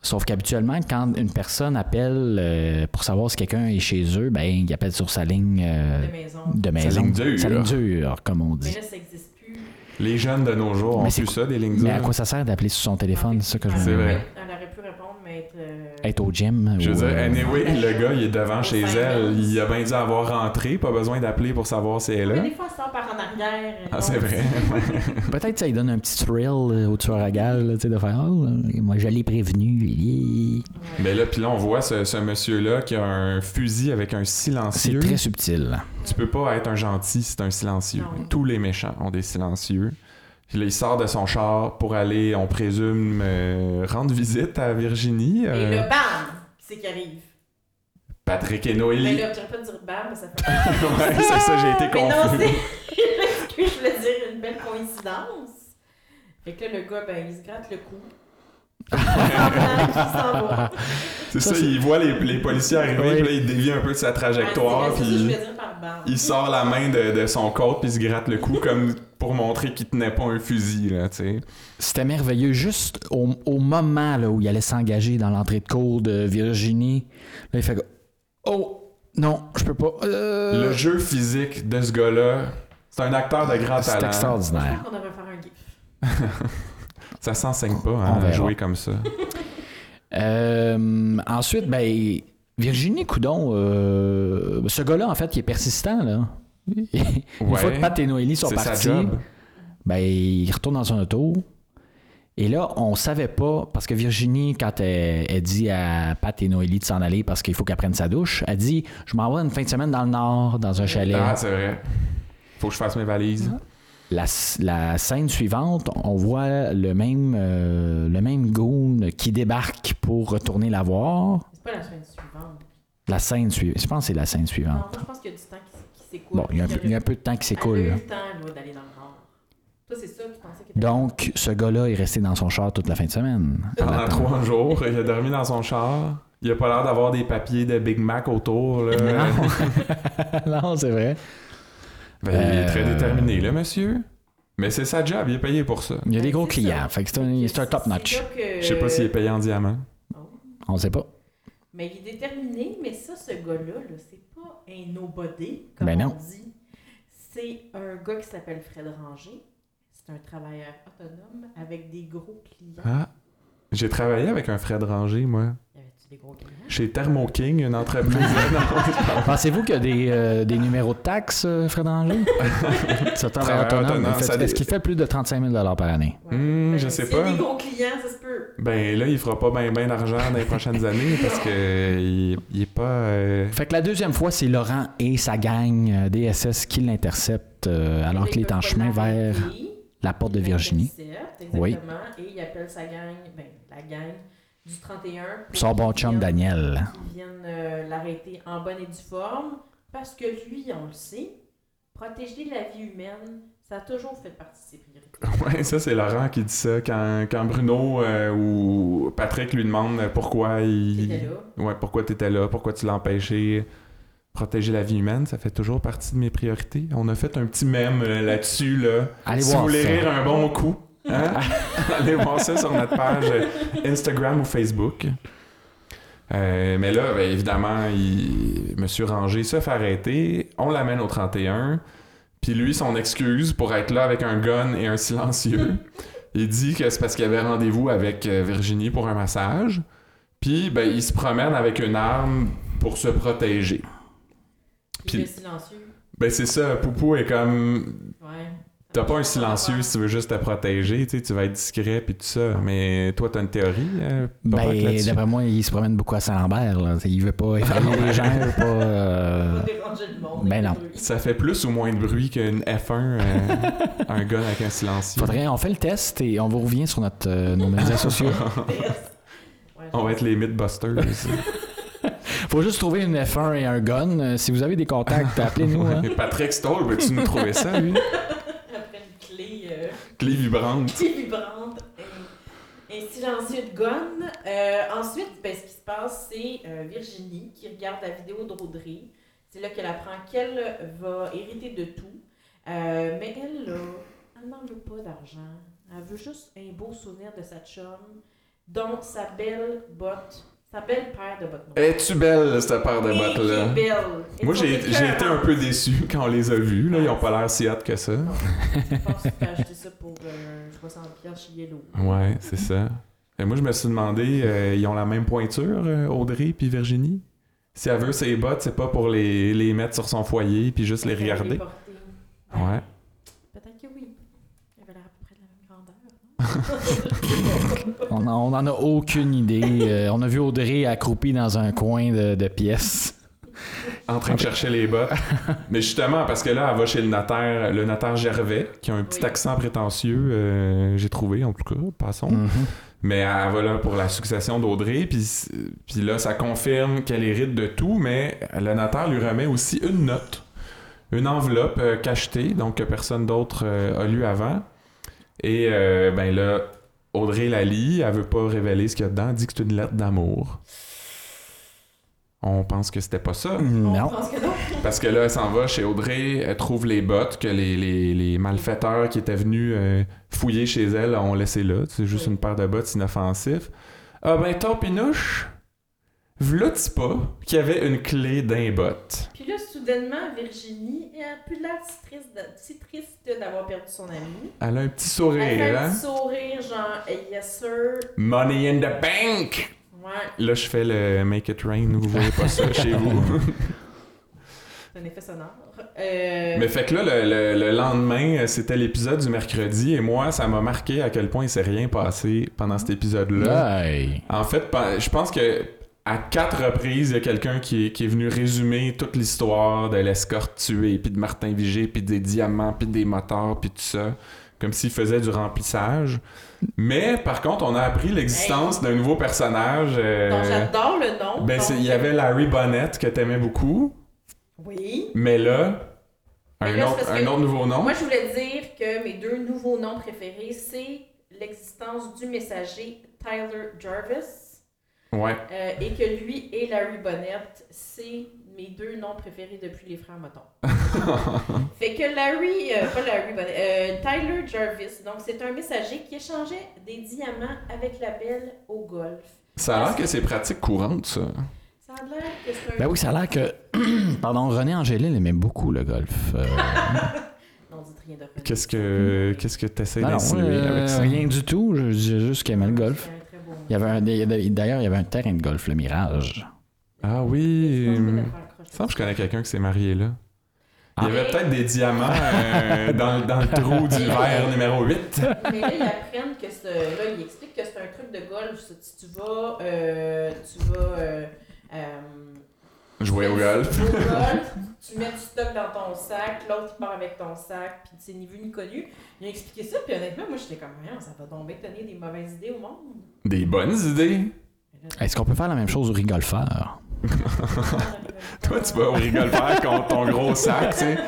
Sauf qu'habituellement, quand une personne appelle euh, pour savoir si quelqu'un est chez eux, ben, il appelle sur sa ligne euh,
De maison.
de maison.
ligne dure.
Sa ligne dure, comme on
Mais
dit.
là, ça n'existe plus.
Les jeunes de nos jours ont
Mais c'est
plus ça, des lignes
Mais à
dures.
quoi ça sert d'appeler sur son téléphone? C'est ça que je
C'est
veux
vrai.
Elle aurait pu répondre, mais être. euh,
Être au gym.
Je
ou,
veux dire,
euh,
anyway, le gars, il est devant chez
Cinq
elle.
minutes.
Il a bien dû avoir rentré, pas besoin d'appeler pour savoir si elle est
Mais
là.
des fois, elle sort par en arrière. euh,
Ah,
Donc,
c'est vrai.
Peut-être ça lui donne un petit thrill euh, au tueur à gage, là, tu sais, de faire Oh, moi, je l'ai prévenu. Yeah.
Mais là, puis là, on voit ce, ce monsieur-là qui a un fusil avec un
C'est
silencieux.
très subtil.
Tu peux pas être un gentil si t'es un silencieux.
Non.
Tous les méchants ont des silencieux. Puis là, il sort de son char pour aller, on présume, euh, rendre visite à Virginie.
Et
euh,
là, bam! Qui c'est qui arrive?
Patrick et
Mais
Noélie.
là, je dirais pas de dire bam, parce que ça fait.
ouais, c'est ça, j'ai été
Mais non,
confus.
c'est. Excuse, je voulais dire une belle coïncidence. Fait que là, le gars, ben, il se gratte le cou. Il s'en va.
C'est
Ça,
ça,
c'est-
il voit les, les policiers arriver,
Oui.
puis là, il dévie un peu de sa trajectoire,
Ah, c'est ça que je
puis
voulais dire par bam.
il sort la main de, de son côte, puis il se gratte le cou comme pour montrer qu'il tenait pas un fusil, là, tu sais.
C'était merveilleux. Juste au, au moment là, où il allait s'engager dans l'entrée de cours de Virginie, là, il fait que, Oh, non, je peux pas. Euh,
Le jeu physique de ce gars-là, c'est un acteur de grand
C'est
talent.
Je
extraordinaire.
crois qu'on devrait faire un gif.
Ça s'enseigne pas,
On
hein,
verra.
jouer comme ça.
Euh, ensuite, ben, Virginie Coudon, euh, ce gars-là, en fait, il est persistant. Là. Une
Ouais.
fois que Pat et Noélie sont
C'est sa
partis,
job.
ben, il retourne dans son auto. Et là, on savait pas, parce que Virginie, quand elle, elle dit à Pat et Noélie de s'en aller parce qu'il faut qu'elle prenne sa douche, elle dit Je m'en vais une fin de semaine dans le nord, dans un chalet.
Ah, c'est vrai. Faut que je fasse mes valises.
Ah. La, la scène suivante, on voit le même, euh, le même goon qui débarque pour retourner la voir.
C'est pas la chaîne suivante.
La scène suivante, je pense que c'est la scène
Non,
suivante.
moi, je pense qu'il y a du temps qui, qui s'écoule.
Bon, il y, a un peu, il y a un peu de temps qui
Elle a
s'écoule.
eu le temps, là, d'aller dans le nord. Toi, c'est ça que tu pensais que
Donc, ce gars-là est resté dans son char toute la fin de semaine. en
Pendant
attendant.
trois jours, il a dormi dans son char. Il a pas l'air d'avoir des papiers de Big Mac autour. Là.
non, c'est vrai.
Ben, Il est très
Euh.
déterminé, le monsieur. Mais c'est sa job, il est payé pour ça.
Il y a des gros
C'est ça.
clients. Fait que c'est un, c'est un top-notch.
Je
Euh,
sais pas s'il est payé en diamant.
On sait pas.
Mais il est déterminé, mais ça, ce gars-là, là, c'est pas un nobody, comme
Ben
on
non.
dit. C'est un gars qui s'appelle Fred Ranger. C'est un travailleur autonome avec des gros clients.
Ah. J'ai travaillé avec un Fred Ranger, moi.
Y avait-tu des gros clients?
Chez Thermo King, une entreprise. Non,
Pensez-vous qu'il y a des, euh, des numéros de taxes, euh, Fred Angers? Ce travailleur
Travailleur
autonome,
autonome,
il fait-
ça dé-
est-ce qu'il fait plus de 35 000 par année?
Ouais. Ben,
Hmm, je sais
s'il y a
pas.
des gros clients, ça se peut.
ben là, il fera pas bien ben, d'argent dans les prochaines années parce que il, il est pas. euh,
Fait que la deuxième fois, c'est Laurent et sa gang euh, DSS qui l'interceptent euh, alors
Ils
qu'il est
peuvent
en
pas
chemin vers
l'arrêter.
la porte de
Il
Virginie.
l'intercepte,
Oui.
Exactement. Et il appelle sa gang, ben, la gang du 31. pour
Son bon
qu'ils
chum
viennent-
Daniel.
qu'ils viennent euh, l'arrêter en bonne et due forme. Parce que lui, on le sait, protéger la vie humaine, ça a toujours fait partie de ses priorités.
Ouais, ça, c'est Laurent qui dit ça quand, quand Bruno euh, ou Patrick lui demande pourquoi il.
C'était là.
Ouais, pourquoi t'étais là, pourquoi tu l'as empêché. Protéger la vie humaine, ça fait toujours partie de mes priorités. On a fait un petit mème euh, là-dessus, là.
Allez
si
voir
vous voulez
ça.
rire un bon coup, hein, allez voir ça sur notre page euh, Instagram ou Facebook. Euh, mais là, ben, évidemment, il... Monsieur Ranger se fait arrêter. On l'amène au 31. Puis lui, son excuse pour être là avec un gun et un silencieux, il dit que c'est parce qu'il avait rendez-vous avec euh, Virginie pour un massage. Puis ben, il se promène avec une arme pour se protéger.
Puis
Puis-
le silencieux.
Ben c'est ça, Poupou est comme
Ouais.
T'as pas un silencieux si tu veux juste te protéger, tu sais, tu vas être discret puis tout ça. Mais toi, t'as une théorie, euh, Bobac,
Ben,
là-dessus?
d'après moi, il se promène beaucoup à Saint-Lambert. là. Il veut pas effrayer les gens, il veut pas.
Pas
euh,
déranger le monde.
ben non.
Ça fait plus ou moins de bruit qu'une F1, euh, un gars avec un silencieux.
Faudrait, on fait le test et on vous revient sur notre, euh, nos médias sociaux.
Ouais,
On va être les Mythbusters.
Faut juste trouver une F1 et un gun. Euh, Si vous avez des contacts, appelez-nous. hein.
Et Patrick Stoll, veux-tu nous trouver ça, lui?
Après une clé. euh,
Clé vibrante.
Qui vibrante et, et silencieux de gonne. Euh, ensuite, ben, ce qui se passe, c'est euh, Virginie qui regarde la vidéo de Rodri. C'est là qu'elle apprend qu'elle va hériter de tout. Euh, mais elle, là, elle n'en veut pas d'argent. Elle veut juste un beau souvenir de sa chum, dont sa belle botte, sa belle paire de bottes noires.
Es-tu belle, cette paire de
Et qui est
bottes-là?
belle. Et
Moi,
son
j'ai
écœur,
j'ai été un peu déçu quand on les a vus. Là. Ils ont pas l'air si hot que ça.
Je pense que tu peux acheter ça pour euh, 60$ chez Yellow.
Ah Ouais, c'est ça. Et moi, je me suis demandé, euh, ils ont la même pointure, euh, Audrey puis Virginie? Si elle veut ses bottes, c'est pas pour les, les mettre sur son foyer puis juste les
Elle les
regarder.
porter.
Ouais.
Peut-être que oui. Elle avait l'air à peu près de la même grandeur. non?
On n'en on en a aucune idée. Euh, on a vu Audrey accroupie dans un coin de, de pièce.
en train de chercher les bottes. Mais justement, parce que là, elle va chez le notaire, le notaire Gervais, qui a un petit
Oui.
accent prétentieux, euh, j'ai trouvé en tout cas, passons.
Mhm.
Mais elle va là pour la succession d'Audrey, puis c- puis là, ça confirme qu'elle hérite de tout, mais le notaire lui remet aussi une note, une enveloppe euh, cachetée, donc que personne d'autre euh, a lu avant. Et euh, ben là, Audrey la lit, elle veut pas révéler ce qu'il y a dedans, elle dit que c'est une lettre d'amour. On pense que c'était pas ça.
On
Non.
pense que non.
Parce que là, elle s'en va chez Audrey, elle trouve les bottes que les, les- les malfaiteurs qui étaient venus euh, fouiller chez elle ont laissé là. C'est juste
Oui.
une paire de bottes, c'est inoffensif. Ah ben, tant pinouche, v'là pas qu'il y avait une clé d'un botte.
Puis là, soudainement, Virginie elle a plus l'air si triste de- si triste d'avoir perdu son ami.
Elle a un petit
Elle fait
sourire,
un
hein?
petit sourire, genre, Hey, yes sir.
Money in the bank!
Ouais,
Là, je fais le make it rain, vous voyez pas ça chez vous.
c'est un effet sonore. Euh,
Mais fait que là, le, le- le lendemain, euh, c'était l'épisode du mercredi, et moi, ça m'a marqué à quel point il s'est rien passé pendant cet
Ah,
épisode-là.
Hey.
En fait, pe- je pense que à quatre reprises, il y a quelqu'un qui, est- qui est venu résumer toute l'histoire de l'escorte tuée, puis de Martin Vigé, puis des diamants, puis des moteurs, puis tout ça, comme s'il faisait du remplissage. Mais par contre, on a appris l'existence d'un nouveau personnage. euh,
Donc, j'adore le nom.
ben,
Donc-
c'est- il y avait Larry Bonnet que t'aimais beaucoup,
Oui.
mais là, un,
Mais là, c'est
autre,
parce
un
que-
autre nouveau nom.
Moi, je voulais dire que mes deux nouveaux noms préférés, c'est l'existence du messager Tyler Jarvis
Ouais.
euh, et que lui et Larry Bonnet, c'est mes deux noms préférés depuis les frères Moton. Fait que Larry, euh, pas Larry, Bonnet, euh, Tyler Jarvis, donc c'est un messager qui échangeait des diamants avec la belle au golf.
Ça a l'air que c'est pratique courante, ça.
Ça a l'air que c'est un.
Ben oui, ça a l'air que. Pardon, René Angélil aimait beaucoup le golf. Euh,
Non, dites rien de rien.
Qu'est-ce
Hmm.
que qu'est-ce que t'essaies
non,
d'insinuer
euh,
avec ça?
Rien du tout. Je disais juste qu'il aimait le golf.
C'est un très beau nom.
Il y avait un- D'ailleurs, il y avait un terrain de golf, le Mirage.
Ah
Je
oui.
pense que je vais
hum.
le faire accrocher.
Je sens que je connais quelqu'un qui s'est marié là. Il y
Ah.
avait peut-être des diamants euh, dans, le- dans le trou du verre numéro 8.
Mais là, ils apprennent que c'est. Là, ils expliquent que c'est un truc de golf. ça. Tu, tu vas. euh, tu vas. euh, euh,
Jouer au golf.
au golf, tu mets du stock dans ton sac, l'autre il part avec ton sac, puis c'est ni vu ni connu. Ils ont expliqué ça, puis honnêtement, moi j'étais comme, Voyons, ça va tomber donner des mauvaises idées au monde.
Des bonnes idées.
Est-ce qu'on peut faire la même chose au rigolfeur?
Toi, tu vas au rigolfeur contre ton gros sac, tu sais.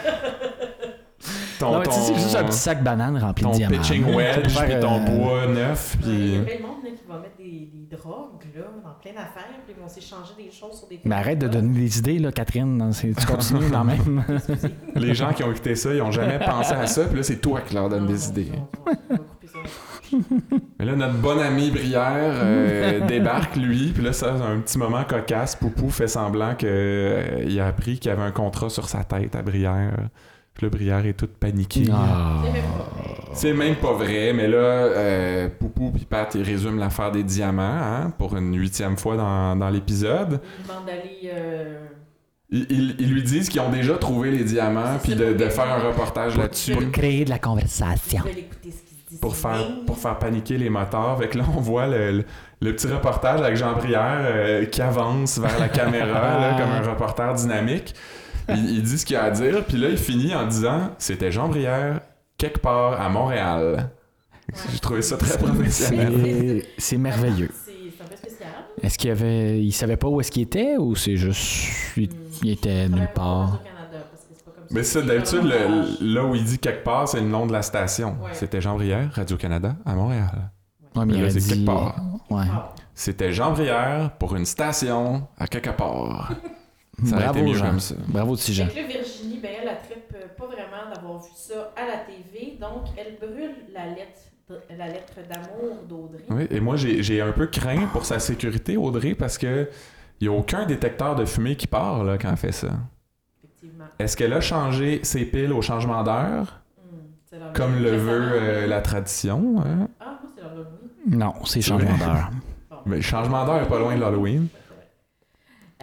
Ton,
Non, mais tu sais, c'est juste un petit sac banane rempli
ton
de diamants.
pitching
Tu
wedge,
peux
puis
faire,
ton
euh,
bois neuf,
Il y
puis...
a plein de monde là, qui va mettre des, des drogues là, dans plein d'affaires, puis ils vont s'échanger des choses sur des
Mais arrête de donner des idées, là, Catherine. dans ces- Tu continues quand même.
Les gens qui ont écouté ça, ils ont jamais pensé à ça, puis là, c'est toi qui leur donne des idées. Mais là, notre bon ami Brière euh, débarque, lui, puis là, ça, un petit moment cocasse. Poupou fait semblant qu'il a appris qu'il y avait un contrat sur sa tête à Brière. Puis là, Brière est toute paniquée.
Ah.
C'est même pas vrai, mais là, euh, Poupou puis Pat, ils résument l'affaire des diamants, hein, pour une huitième fois dans, dans l'épisode.
Ils demandent d'aller. euh,
Ils, ils- ils lui disent qu'ils ont déjà trouvé les diamants, puis
C'est
de,
ça.
de faire un reportage là-dessus.
Pour créer de la
Je
conversation.
vais l'écouter ce qu'il se dit.
pour
c'est
faire,
dingue.
pour faire paniquer les moteurs. Fait que là, on voit le, le- le petit reportage avec Jean Prière euh, qui avance vers la caméra, là, comme un reporter dynamique. Il, il dit ce qu'il a à dire, puis là, il finit en disant « C'était Jean Brière, quelque part à Montréal. » J'ai trouvé ça très professionnel.
C'est- C'est merveilleux.
C'est c'est un peu spécial.
Est-ce qu'il y avait. Il savait pas où est-ce qu'il était ou c'est juste. Il,
Mm.
il était nulle part?
Radio-Canada, parce que c'est pas comme
Mais ça, d'habitude, le- là où il dit « quelque part », c'est le nom de la station.
Ouais.
C'était Jean Brière, Radio-Canada, à Montréal.
Ouais, mais il
Là,
aurait
c'est
dit.
quelque part.
Ouais.
Ah,
C'était Jean Brière pour une station à quelque part. Ça aurait été
Bravo,
mieux
Jean.
comme ça.
Bravo, petit Jean.
Fait que là, Virginie, ben, elle, la tripe euh, pas vraiment d'avoir vu ça à la TV, donc elle brûle la lettre, la lettre d'amour d'Audrey.
Oui, et moi, j'ai j'ai un peu craint pour sa sécurité, Audrey, parce que il n'y a aucun détecteur de fumée qui part là, quand elle fait ça.
Effectivement.
Est-ce qu'elle a changé ses piles au changement d'heure,
Hmm, c'est leur-
comme le
Récemment,
veut euh, la tradition? hein?
Ah, moi, c'est leur Halloween.
Non, c'est changement d'heure.
Bon.
Mais le changement d'heure est pas loin de l'Halloween.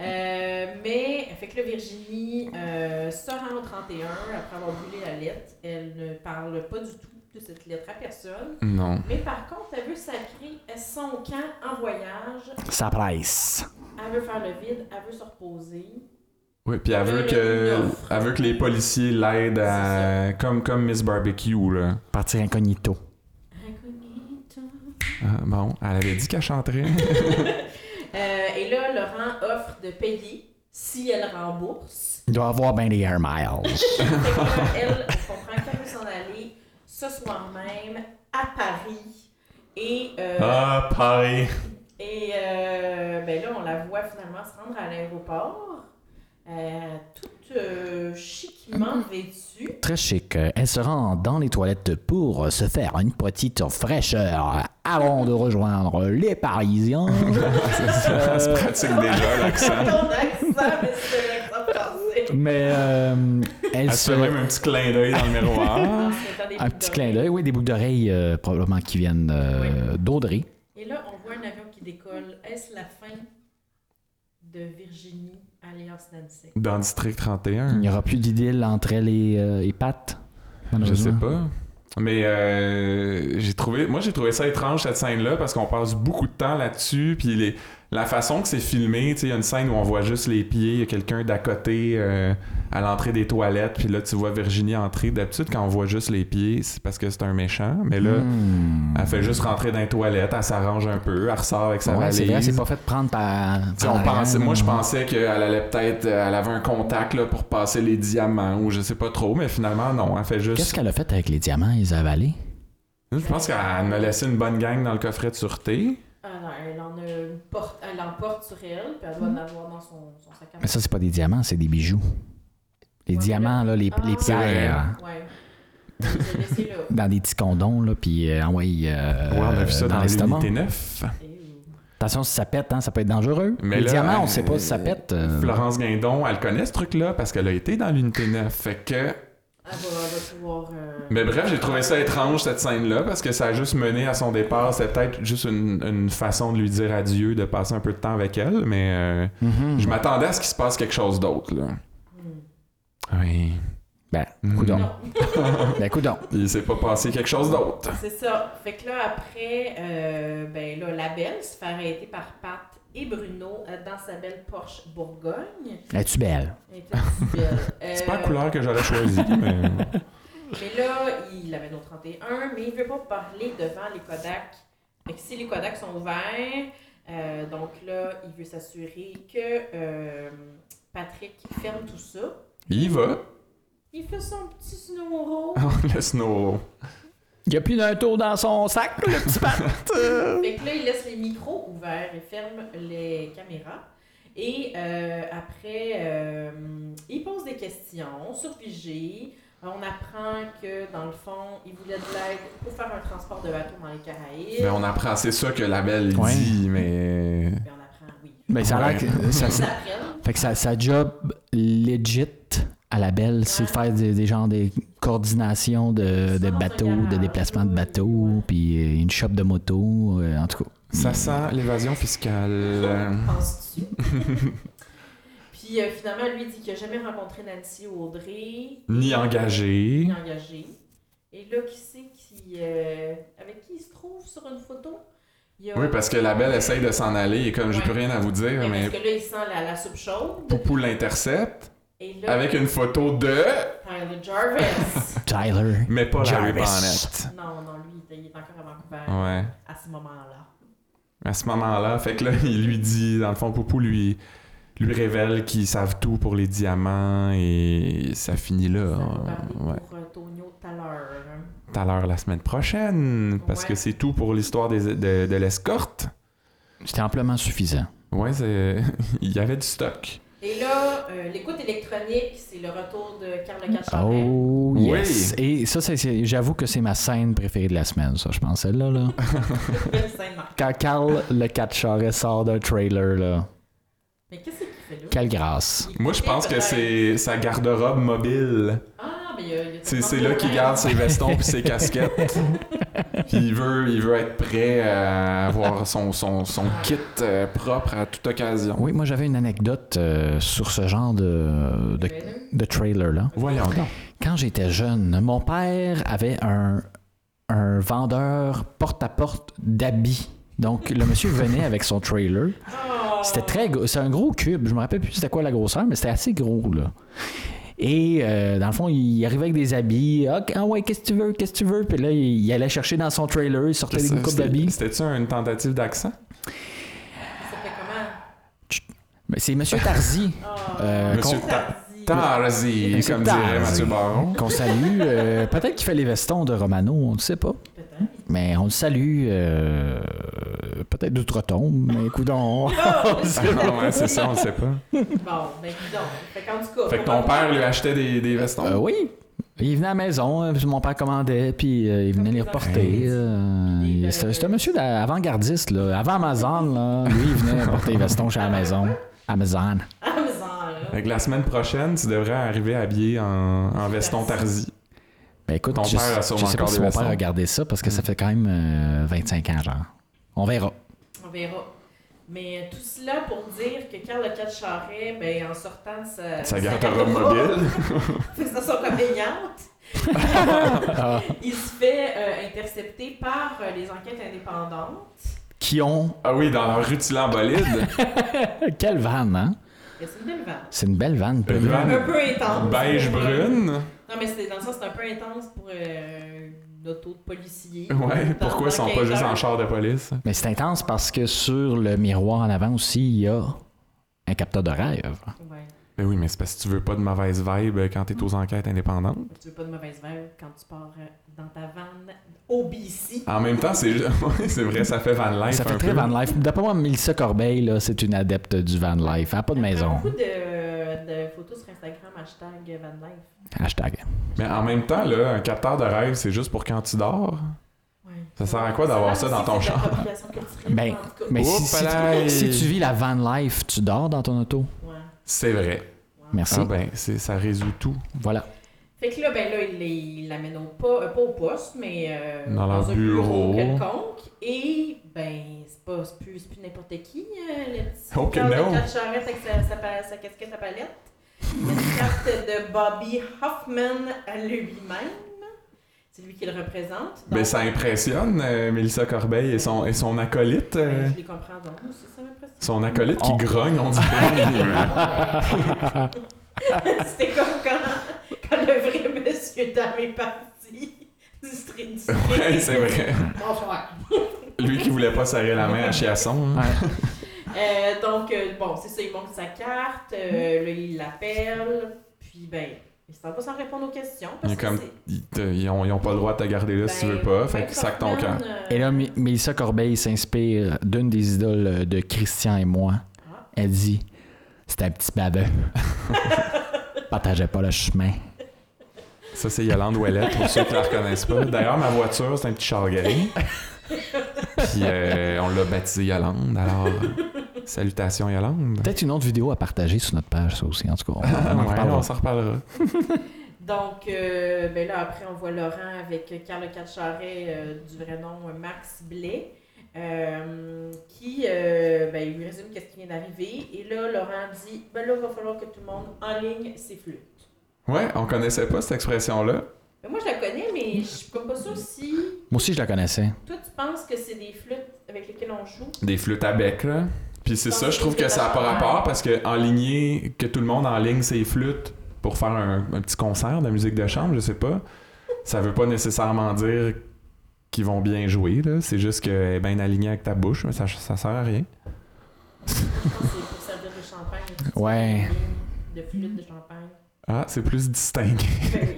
Euh, mais, fait que là, Virginie euh, se rend au 31 après avoir brûlé la lettre. Elle ne parle pas du tout de cette lettre à personne.
Non.
Mais par contre, elle veut sacrer son camp en voyage.
Ça presse.
Elle veut faire le vide, elle veut se reposer.
Oui, puis elle veut,
Oui,
que,
une offre.
elle veut que les policiers l'aident à. Comme, comme Miss Barbecue, là.
Partir incognito.
Incognito.
Ah, bon, elle avait dit qu'elle chanterait.
Euh, et là, Laurent offre de payer si elle rembourse.
Il doit avoir bien des air miles.
Fait que là, elle on comprend qu'elle peut s'en aller ce soir même à Paris. Et, euh,
ah, pareil.
et euh, ben là, on la voit finalement se rendre à l'aéroport, euh, toute euh, chiquement vêtue.
Très chic. Elle se rend dans les toilettes pour se faire une petite fraîcheur avant de rejoindre les Parisiens. Euh,
Elle se pratique déjà l'accent.
Ton accent, mais c'est l'accent français.
Mais euh, elle
Elle se fait même un petit clin d'œil dans le miroir.
En se mettant Ah, des
Ah, Un
boucles
petit
d'oreilles.
clin d'œil, oui, des boucles d'oreilles euh, probablement qui viennent euh, d'Audrey.
Et là, on voit un avion qui décolle. Est-ce la fin de Virginie Alliance Nancy?
Dans District
Il
31.
n'y aura plus d'idylle entre elle et, euh, et Pat.
Hmm. Je sais
malheureusement.
pas. Mais euh, j'ai trouvé, moi j'ai trouvé ça étrange cette scène-là parce qu'on passe beaucoup de temps là-dessus, puis les- la façon que c'est filmé, tu sais, il y a une scène où on voit juste les pieds, il y a quelqu'un d'à côté euh, à l'entrée des toilettes, puis là tu vois Virginie entrer. D'habitude quand on voit juste les pieds, c'est parce que c'est un méchant, mais là
Hmm.
elle fait juste rentrer dans les toilettes, elle s'arrange un peu, elle ressort avec sa
Ouais,
valise.
c'est vrai, c'est pas fait prendre par.
Tu sais,
par
on
la
pensait-
reine.
moi, je pensais qu'elle allait peut-être, euh, elle avait un contact là, pour passer les diamants ou je sais pas trop, mais finalement, non. Elle fait
Qu'est-ce
juste.
qu'elle a fait avec les diamants, ils avalés?
Je pense qu'elle en a laissé une bonne gang dans le coffret de sûreté.
Ah non, elle en a une porte, elle en porte sur elle, puis elle doit l'avoir dans son, son sac à
Mm-hmm. Mais
main.
ça, c'est pas des diamants, c'est des bijoux. Les
Ouais,
diamants, là, les,
Ah.
les
C'est vrai,
pierres, euh,
hein?
Ouais. Je l'ai laissé là.
dans des petits condons, là, puis euh, envoyés euh,
ouais, on a vu ça
euh,
dans,
l'estomac.
l'unité 9.
Ew.
Attention, si ça pète, hein, ça peut être dangereux.
Mais
les
là,
diamants, on
euh,
sait pas si ça pète. euh,
Florence Guindon, elle connaît ce truc-là parce qu'elle a été dans l'unité 9. Fait que.
Elle va, elle va pouvoir. euh,
Mais bref, j'ai trouvé ça étrange, cette scène-là, parce que ça a juste mené à son départ. C'est peut-être juste une, une façon de lui dire adieu, de passer un peu de temps avec elle, mais euh,
mhm.
je m'attendais à ce qu'il se passe quelque chose d'autre, là.
hmm.
Oui.
Ben,
Mhm.
coudon.
Non,
ben, coudon.
Il s'est pas passé quelque chose d'autre.
c'est ça. Fait que là, après, euh, ben là, la belle se fait arrêter par Pat et Bruno euh, dans sa belle Porsche Bourgogne.
Es-tu belle?
Elle était aussi belle.
C'est pas la
Euh,
couleur que j'aurais choisie, mais.
Mais là, il avait nos 31, mais il veut pas parler devant les Kodak. Fait que si les Kodak sont ouverts, euh, donc là, il veut s'assurer que euh, Patrick ferme tout ça.
Il y va.
Il fait son petit snow
Le snow.
Il y a plus d'un tour dans son sac, le petit
Ah.
Pat.
Fait que là, il laisse les micros ouverts, il ferme les caméras. Et euh, après, euh, il pose des questions sur Vigée. On apprend que, dans le fond, il voulait de l'aide pour faire un transport de bateau dans les Caraïbes.
Mais Ben, on apprend, c'est ça que la belle
Ouais.
dit, mais.
Mais on apprend, oui.
Mais Ben, ça a l'air
Ouais.
que ça,
Ils apprennent.
fait que sa, sa job legit à la belle, c'est de faire des, des genres de coordinations de, de bateaux, de déplacements de bateaux, puis euh, une shop de moto, euh, en tout cas.
Ça sent l'évasion fiscale.
Penses-tu? Puis euh, finalement, lui dit qu'il n'a jamais rencontré Nancy ou Audrey,
Ni engagé.
ni engagé. Et là, qui c'est qui. euh, avec qui il se trouve sur une photo? Il y a-
Oui, parce que la belle essaye de s'en aller et comme j'ai
Ouais.
plus rien à vous dire,
Mais
mais
Parce que là, il sent la, la soupe chaude.
Poupou l'intercepte
Et là,
avec une photo de.
Tyler Jarvis.
Tyler.
Mais pas Larry
Jarvis.
Bonnet.
non, non, lui, il est- il est encore à Vancouver
Ouais.
à ce moment-là.
À ce moment-là, fait que là, il lui dit, dans le fond, Poupou lui, lui révèle qu'ils savent tout pour les diamants et ça finit là.
Ça va parler
Euh, Ouais.
pour euh, Tonio Thaler.
tout à l'heure la semaine prochaine, parce
Ouais.
que c'est tout pour l'histoire des- de, de l'escorte.
C'était amplement suffisant.
Ouais, c'est- il y avait du stock.
Et là, euh, l'écoute électronique, c'est le retour de Carl Le
Ah,
Cacharet.
Oh
Oui.
yes. Et ça, c'est- c'est- j'avoue que c'est ma scène préférée de la semaine, ça, je pense. Celle-là, là.
Belle
oh.
scène marquante.
Quand Carl le catcheur sort d'un trailer, là.
Mais qu'est-ce qu'il fait là?
Quelle grâce.
Il
Moi, je
courait
pense que
peut-être.
c'est sa garde-robe mobile.
Ah, mais il y a- il y a
C'est
tellement
c'est
de
là qu'il
problèmes.
garde ses vestons puis ses casquettes. Puis il veut, il veut être prêt à avoir son, son, son kit euh, propre à toute occasion.
Oui, moi, j'avais une anecdote euh, sur ce genre de,
Ben,
de, de trailer-là.
Voyons donc.
Quand j'étais jeune, mon père avait un, un vendeur porte-à-porte d'habits. Donc, le monsieur venait avec son trailer.
Oh,
C'était très gros. C'est un gros cube. Je me rappelle plus c'était quoi la grosseur, mais c'était assez gros, là. Et euh, dans le fond, il arrivait avec des habits. Ah, ah ouais, qu'est-ce que tu veux, qu'est-ce que tu veux? Puis là, il, il allait chercher dans son trailer, il sortait
Qu'est-ce
une
que
coupe
c'était-
d'habits.
C'était-tu une tentative d'accent?
Ça fait comment?
Mais c'est Monsieur Tarzi.
Ah,
Euh,
Monsieur
qu'on-
Tardi.
Tarzi,
Monsieur
comme dirait
Tarzi.
Mathieu Baron.
Qu'on salue. euh, Peut-être qu'il fait les vestons de Romano, on ne sait pas.
Peut-être.
Mais on le salue. euh, Peut-être d'outre-tombe, mais coudon.
Ah ouais, c'est ça, on le sait pas.
Ah, Bon, ben dis donc. Fait qu'en tout cas.
Fait que ton père lui achetait des, des vestons.
Euh, oui. Il venait à la maison, euh, puis mon père commandait, puis euh, il venait les reporter. euh, il- C'était c'était un monsieur d'a- avant-gardiste, là. Avant Amazon, là. Lui, il venait porter les vestons chez la maison. Amazon.
Amazon, là.
Fait que la semaine prochaine, tu devrais arriver habillé en, en veston Tarzi.
Ben écoute,
Ton
je,
père a
je
sûrement
sais pas
encore
si
des
mon
vestons.
père a gardé ça, parce que ça fait quand même euh, 25 ans, genre. On verra.
On verra. Mais euh, tout cela pour dire que Carl le 4 Charret, ben, en sortant sa,
Sa
garde-robe,
garde-robe mobile.
faisant son coming out, il se fait euh, intercepter par euh, les enquêtes indépendantes.
Qui ont...
Ah oui, dans leur rutilant bolide.
Quelle vanne, hein?
Et C'est une belle vente.
C'est une belle vanne.
Une vanne
Un peu intense.
Beige brune.
Non, mais c'est dans le sens, c'est un peu intense pour euh, une auto de policier.
Ouais, pourquoi ils sont pas juste en
char?
char de police?
Mais c'est intense parce que sur le miroir en avant aussi, il y a un capteur de rêve.
Ouais.
Ben oui, mais c'est parce que tu veux pas de mauvaise vibe quand t'es aux enquêtes indépendantes.
Tu veux pas de mauvaise verve quand tu pars euh, dans ta vanne au BC.
En même temps, c'est juste- ouais, c'est vrai, ça fait van life
Ça fait
un
très
peu.
van life. D'après moi, Mélissa Corbeil, là, c'est une adepte du van life. Elle a pas de maison.
beaucoup de, de photos sur Instagram, hashtag Van Life.
Hashtag.
Mais en même temps, là, un capteur de rêve, c'est juste pour quand tu dors.
Ouais.
Ça sert à quoi d'avoir ça dans ton
C'est de
champ?
l'appropriation culturelle,
Ben,
en tout cas.
mais si, si-
Oupalaï.
si tu vis la van life, tu dors dans ton auto.
Ouais.
C'est vrai.
Merci.
Ah ben, c'est- ça résout tout.
Voilà.
Fait que là, ben là, il les- il l'amène au pas, euh, pas au poste, mais euh,
Dans leur
un
bureau.
quelconque. Et ben, c'est pas c'est plus, c'est plus n'importe qui, euh, le petit
Ok,
Carl de
non.
Quatre Charrettes avec sa, sa, pa- sa casquette à palette. Une carte de Bobby Hoffman à lui-même. C'est lui qui le représente.
Ben,
Donc,
ça impressionne euh, Mélissa Corbeil et son, et son acolyte. euh,
ben, je les comprends donc, c'est ça l'impression.
son acolyte qui
On-
grogne, on dirait.
C'était comme quand, quand le vrai monsieur Dame est parti du street du
ouais, c'est vrai.
Bonsoir.
Lui qui voulait pas serrer la main à Chiasson. hein.
Euh, donc, euh, bon, c'est ça, il montre sa carte,
Mm-hmm.
euh, là, il l'appelle, puis ben, il s'en va sans répondre aux questions.
Il
Parce
est
que
comme-
c'est-
Ils, te- ils ont, ils ont pas le droit de te garder là si tu
ben,
veux pas.
ben,
Fait que sac ton camp.
Kaufman, euh,
Et là, M- Mélissa Corbeil s'inspire d'une des idoles de Christian et moi.
Ah.
Elle dit C'est un petit baveux. Partageait pas le chemin.
Ça, c'est Yolande Ouellette, pour ceux qui la reconnaissent pas. D'ailleurs, ma voiture, c'est un petit chargay. Puis euh, on l'a baptisé Yolande, alors salutations Yolande.
Peut-être une autre vidéo à partager sur notre page, ça aussi. En tout cas, on,
Ah,
on en
ouais,
reparlera.
on s'en reparlera.
donc, euh, ben là, après, on voit Laurent avec Carl Catcharet, euh, du vrai nom euh, Max Blais, euh, qui, euh, ben, il lui résume qu'est-ce qui vient d'arriver. Et là, Laurent dit, ben là, il va falloir que tout le monde en ligne ses flûtes.
Ouais, on connaissait pas cette expression-là.
Ben, moi, je la connais, mais je suis comme pas sûre si...
Moi aussi, je la connaissais.
Toi, tu penses que c'est des flûtes avec lesquelles on joue?
Des flûtes à bec, là. Puis c'est ça, je trouve que ça n'a pas rapport parce que en lignée, que tout le monde en ligne ses flûtes pour faire un, un petit concert de musique de chambre, je sais pas, ça veut pas nécessairement dire qu'ils vont bien jouer, là. C'est juste que, ben, aligné avec ta bouche, mais ça, ça sert à rien.
Je pense que c'est pour servir de champagne. tu sais,
Ouais.
De flûte de champagne.
Ah, c'est plus distingué.
Ben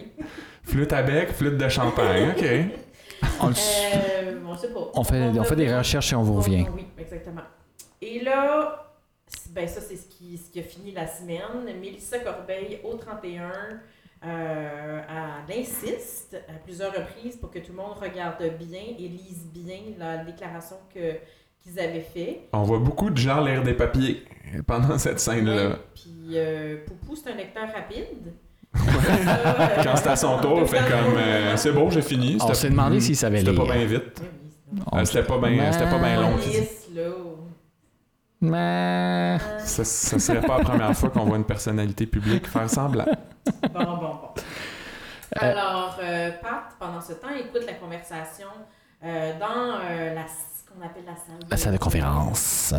oui.
Flûte à bec, flûte de champagne, ok.
On, le-
Euh, on sait pas.
on fait, on fait des recherches et on vous revient.
Oui, exactement. Et là, c'est- ben ça, c'est ce qui, ce qui a fini la semaine. Mélissa Corbeil, au 31, euh, elle insiste à plusieurs reprises pour que tout le monde regarde bien et lise bien la déclaration que qu'ils avaient faite.
On voit beaucoup de gens lire des papiers pendant cette scène-là.
Puis euh, Poupou, c'est un lecteur rapide. Ça, euh,
Quand c'est à son tour, on fait comme euh, c'est bon, j'ai fini.
On
C'était-
s'est demandé s'il savait
C'était pas
lire.
bien vite.
Oui, oui, c'est bon.
On-
Euh, c'était pas bien c'était pas bien long.
On lisse, là.
Mais-
Ça, ça serait pas la première fois qu'on voit une personnalité publique faire semblant.
Bon, bon, bon. Alors, euh, Pat, pendant ce temps, écoute la conversation euh, dans euh, la, ce qu'on appelle la salle.
La salle de conférence.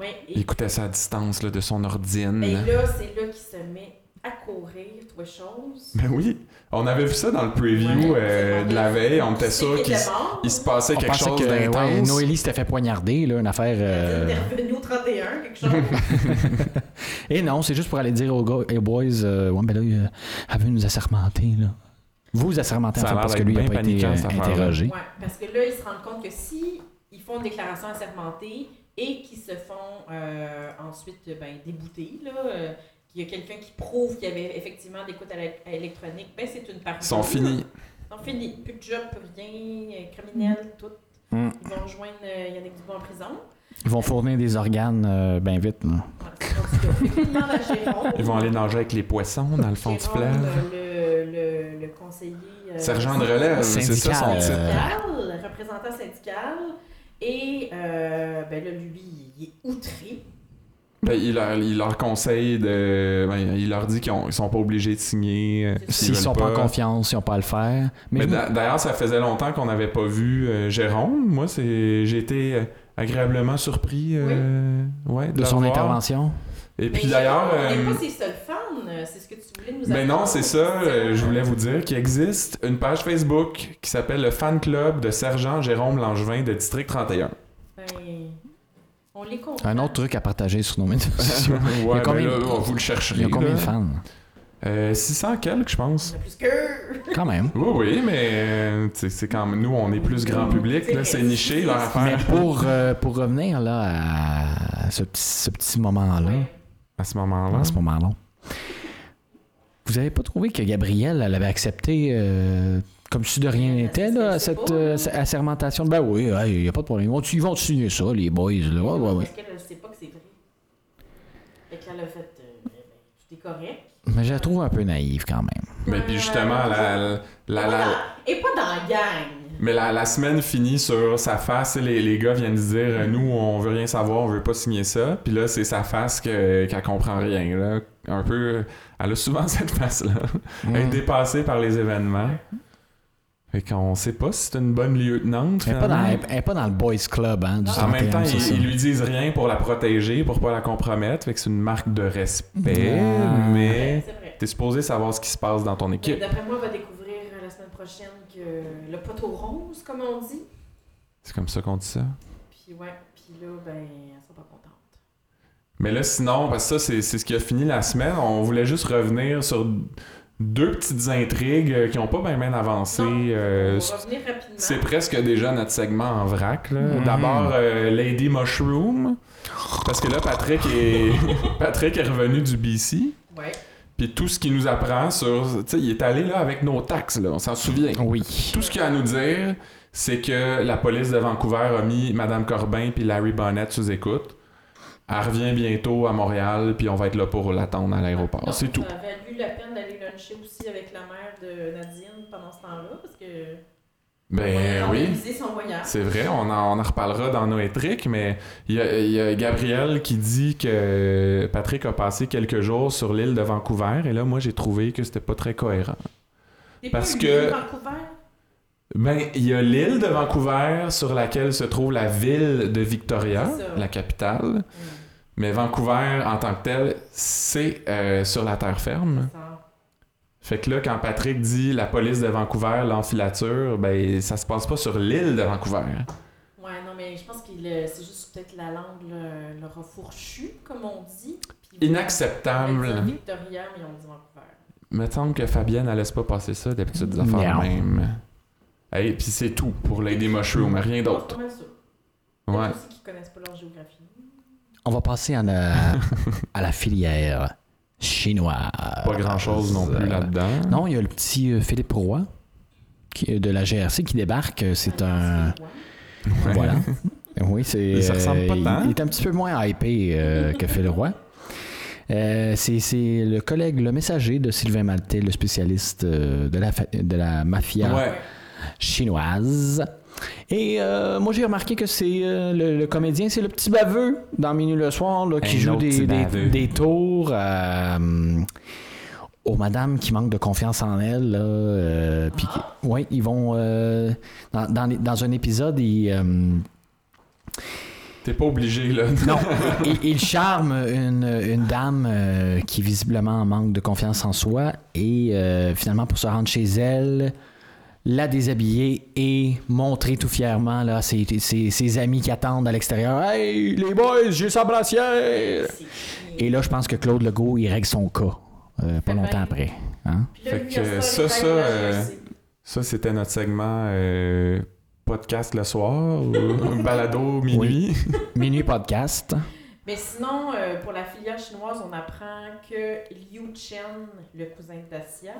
Ouais,
Il
et,
écoutait ça à distance là, de son ordine.
et là, c'est là qu'il se met à courir, toi chose.
Ben oui, on avait vu ça dans le preview
Ouais.
euh, de la veille, on était sûr qu'il s- il se passait
On
quelque
pensait
chose
que ouais,
d'intense.
Noélie s'était fait poignarder, là, une affaire. euh,
Il est revenu au 31, quelque chose.
Et non, c'est juste pour aller dire aux, gars- aux boys, euh, ouais, ben là, euh, elle veut nous assermenter, là. Vous assermenter, en
Ça a
fait,
l'air
parce que
d'être
lui, il n'a
bien
pas été
paniquant,
euh,
cette affaire-là.
interrogé.
Ouais, parce que là, ils se rendent compte que si ils font une déclaration assermentée et qu'ils se font euh, ensuite ben, débouter, là, euh, qu'il y a quelqu'un qui prouve qu'il y avait effectivement des coups à l'é- à électronique, ben c'est une partie.
Ils sont finis.
Ils sont finis. Plus de job, plus rien, euh, criminel, tout.
Mm.
Ils vont rejoindre euh, Yannick Dubois en prison.
Ils vont fournir des organes euh, ben vite, là.
Voilà, c'est rendu là. Fait qu'ils demandent à Jérôme.
Ils vont aller nager avec les poissons dans le fond du
Jérôme,
fleuve.
euh, le, le- le conseiller. euh,
Sergent de relève, c'est ça son
Syndical.
titre.
syndical, représentant syndical. Et euh, ben là, lui, il est outré.
Ben, il, leur, il leur conseille de. ben, il leur dit qu'ils ont- ils sont pas obligés de signer. euh,
S'ils
S'ils
veulent
sont pas en confiance, ils n'ont pas à le faire. Mais,
Mais
je me-
d'a- d'ailleurs, ça faisait longtemps qu'on n'avait pas vu euh, Jérôme. Moi, c'est j'ai été euh, agréablement surpris euh, ouais,
de
le
son
revoir.
intervention.
Et puis
Mais
d'ailleurs.
On n'est
euh,
pas ses seuls fans. euh, C'est ce que tu voulais nous
Mais
apprendre.
non, c'est ça, euh, je voulais vous dire qu'il existe une page Facebook qui s'appelle le Fan Club de Sergent Jérôme Langevin de District 31.
Ben, on les comprend.
Un autre truc à partager sur nos médias sociaux.
ouais,
y a
ben
combien-
là, on vous le
Il
chercherez.
y a combien
là.
de fans?
Euh, 600 quelques, je pense.
On a plus qu'eux.
Quand même.
Oui, oui, mais euh, c'est c'est quand même... Nous, on est plus grand public, là, c'est niché, leur
Mais
affaire.
pour, euh, pour revenir là, à ce petit, ce petit moment-là,
Ouais.
À ce moment-là...
à ce moment-là, vous avez pas trouvé que Gabrielle, elle avait accepté euh, comme si de rien n'était, là, à cette euh, assermentation? Ben oui, il n'y a pas de problème. Ils vont, ils vont signer ça, les boys. Là. Ouais, ouais, ouais.
Parce qu'elle ne sait pas que c'est vrai. Fait qu'elle a fait. euh, ben, tout est correct.
Mais je la trouve un peu naïve quand même.
Mais puis justement, la, la, la-
Pas
la-
dans- Et pas dans la gang.
mais la, la semaine finit sur sa face. Les, les gars viennent se dire euh, « Nous, on veut rien savoir, on veut pas signer ça. » Puis là, c'est sa face que- qu'elle comprend rien. Là. Un peu... Elle a souvent cette face-là. Elle
Mm.
est dépassée par les événements. Fait qu'on sait pas si c'est une bonne lieutenante.
Elle n'est pas, dans-
finalement.
elle est pas dans le boys club hein, du
En
31,
même temps,
c'est ça.
ils, ils lui disent rien pour la protéger, pour pas la compromettre. Fait que c'est une marque de respect,
Ah.
Ouais,
mais
C'est vrai.
t'es supposé savoir ce qui se passe dans ton
Mais
équipe.
D'après moi, on va découvrir euh, la semaine prochaine que le poteau rose, comme on dit.
C'est comme ça qu'on dit ça.
Puis ouais, puis là, ben, elles sont pas contentes.
Mais là, sinon, parce que ça, c'est, c'est ce qui a fini la semaine. On voulait juste revenir sur deux petites intrigues euh, qui ont pas bien avancé.
Non,
euh,
on va revenir rapidement.
c'est presque déjà notre segment en vrac. là.
Mhm.
D'abord, euh, Lady Mushroom. Parce que là, Patrick est, Patrick est revenu du BC.
Ouais.
Puis tout ce qu'il nous apprend sur. Tu sais, il est allé là avec nos taxes, là, on s'en souvient.
Oui.
Tout ce qu'il a à nous dire, c'est que la police de Vancouver a mis Madame Corbin puis Larry Bonnet sous écoute. Elle revient bientôt à Montréal, puis on va être là pour l'attendre à l'aéroport.
Donc,
C'est tout.
Ça a valu la peine d'aller luncher aussi avec la mère de Nadine pendant ce temps-là, parce que.
Ben
on a
oui.
organisé son voyage.
C'est vrai, on en, on en reparlera dans nos étriques, mais il y, a- il y a Gabriel qui dit que Patrick a passé quelques jours sur l'île de Vancouver, et là, moi, j'ai trouvé que c'était pas très cohérent.
T'es
Parce
pas
que-
venu à Vancouver?
Ben, il y a l'île de Vancouver sur laquelle se trouve la ville de Victoria,
C'est ça.
la capitale. Mais Vancouver, en tant que tel, c'est euh, sur la terre ferme.
Ça-
Fait que là, quand Patrick dit la police de Vancouver, l'enfilature, ben, ça se passe pas sur l'île de Vancouver.
Ouais, non, mais je pense que c'est juste peut-être la langue le, le refourchu, comme on dit. Puis-
Inacceptable.
On dit Victoria, mais on dit Vancouver.
Me semble que Fabienne, elle laisse pas passer ça, d'habitude, des affaires
Non.
de même. Et puis c'est tout pour Lady Mushroom, rien
Je suis
d'autre.
pas mal sûre. Peut-être
Ouais.
aussi qu'ils connaissent pas leur géographie.
On va passer à la, à la filière chinoise.
Pas grand chose non plus là-dedans.
Non, il y a le petit euh, Philippe Roy qui est de la GRC qui débarque. Euh, C'est un.
Ouais.
Voilà. Oui, c'est. euh,
Ça ressemble pas
il-
tant.
Il est un petit peu moins hypé euh, que Phil Roy. Euh, c'est c'est le collègue, le messager de Sylvain Maltais, le spécialiste euh, de, la fa- de la mafia
Ouais.
chinoise. Et euh, moi, j'ai remarqué que c'est euh, le, le comédien, c'est le petit baveux dans Minuit le soir là, qui
Un
joue
autre petit
des, des-
baveux.
des tours euh, hum, aux madames qui manquent de confiance en elles. là, euh, puis qui- ouais, ils vont. euh, dans, dans les- dans un épisode, ils. euh,
T'es pas obligé, là.
Non, il, il charme une, une dame euh, qui visiblement manque de confiance en soi et euh, finalement pour se rendre chez elle, la déshabiller et montrer tout fièrement là, ses, ses- ses amis qui attendent à l'extérieur. Hey, les boys, j'ai sa
euh,
brassière! Et là, je pense que Claude Legault, il règle son cas euh, pas longtemps après. hein.
Fait que ça, ça, euh, Ça, c'était notre segment euh, podcast le soir ou balado minuit.
Minuit podcast.
Mais sinon, euh, pour la filière chinoise, on apprend que Liu Chen, le cousin de Dacia,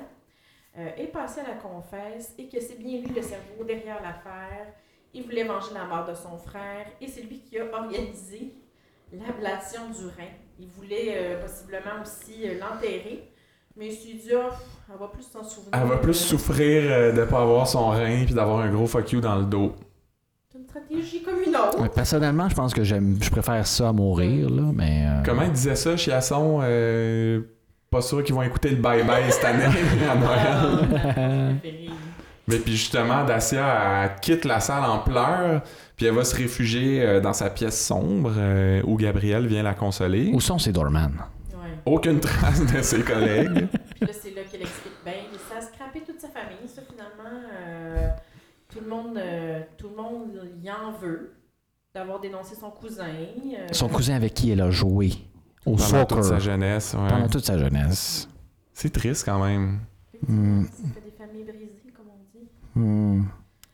euh, est passé à la confesse et que c'est bien lui le cerveau derrière l'affaire. Il voulait manger la mort de son frère et c'est lui qui a organisé l'ablation du rein. Il voulait euh, possiblement aussi euh, l'enterrer, mais il s'est dit, Ah, pff, elle va plus s'en souvenir.
Elle va plus
souffrir.
souffrir euh, de pas avoir son rein puis d'avoir un gros fuck you dans le dos.
C'est une stratégie comme une autre.
Ouais, Personnellement, je pense que j'aime, je préfère ça à mourir, là, mais. euh,
Comment il disait ça, Chiasson? Euh, pas sûr qu'ils vont écouter le bye-bye cette année à Noël.
Ah, ma préférée.
Mais puis justement, Dacia elle quitte la salle en pleurs, puis elle va se réfugier euh, dans sa pièce sombre euh, où Gabriel vient la consoler.
Où sont ces doorman?
Ouais.
Aucune trace de ses collègues.
Puis là, c'est là qu'elle explique bien. Et ça a scrappé toute sa famille, ça, finalement. euh, tout, le monde, euh, tout le monde y en veut d'avoir dénoncé son cousin. euh,
Son cousin avec qui elle a joué au
pendant
soccer
toute sa jeunesse. ouais.
pendant toute sa jeunesse.
C'est triste quand même.
effectivement, Ça fait des familles brisées, comme on dit.
Hmm.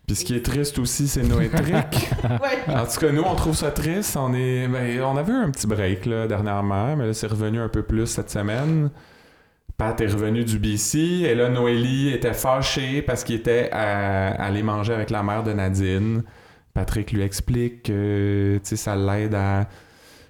Puis ce qui est triste aussi, c'est Noétric.
Ouais.
en tout cas, nous, on trouve ça triste. On est, ben, on avait eu un petit break là, dernièrement, mais là, c'est revenu un peu plus cette semaine. Pat est revenu du BC, et là, Noélie était fâchée parce qu'il était à- allé manger avec la mère de Nadine. Patrick lui explique que tu sais, ça l'aide à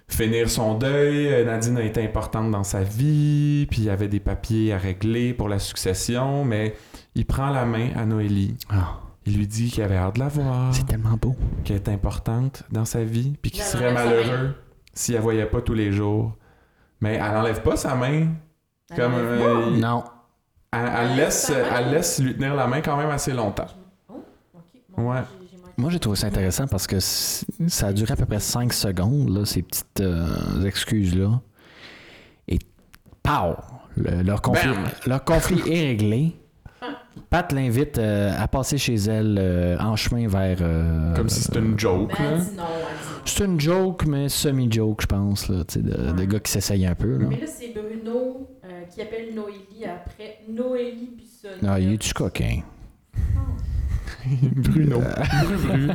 finir son deuil. Euh, Nadine a été importante dans sa vie, puis il y avait des papiers à régler pour la succession, mais il prend la main à Noélie.
Ah,
Il lui dit qu'il avait hâte de la voir
c'est tellement beau.
qu'elle est importante dans sa vie, puis qu'il
Elle
serait
enlève sa
malheureux si elle voyait pas tous les jours. Mais elle n'enlève pas sa main. Comme, euh, il-
Non.
elle,
Elle
elle
enlève
laisse,
sa main.
elle laisse lui tenir la main quand même assez longtemps.
Oh, ok. Bon,
Ouais.
j'ai- j'ai manqué. Ben,
Moi, j'ai trouvé ça intéressant parce que c- ça a duré à peu près 5 secondes, là, ces petites euh, excuses-là. Et pow! Le- leur, conflit,
Bam!
leur conflit est réglé. Pat l'invite euh, à passer chez elle euh, en chemin vers. euh,
Comme si c'était une joke.
Ben, elle
là.
dit non, elle dit non.
C'est une joke, mais semi-joke, je pense, là, tu sais, de, de gars qui s'essayent un peu. Là.
Mais là, c'est Bruno euh, qui appelle Noélie après Noélie Buisson.
Ah, il est-tu coquin?
Bruno. Bru, Bru.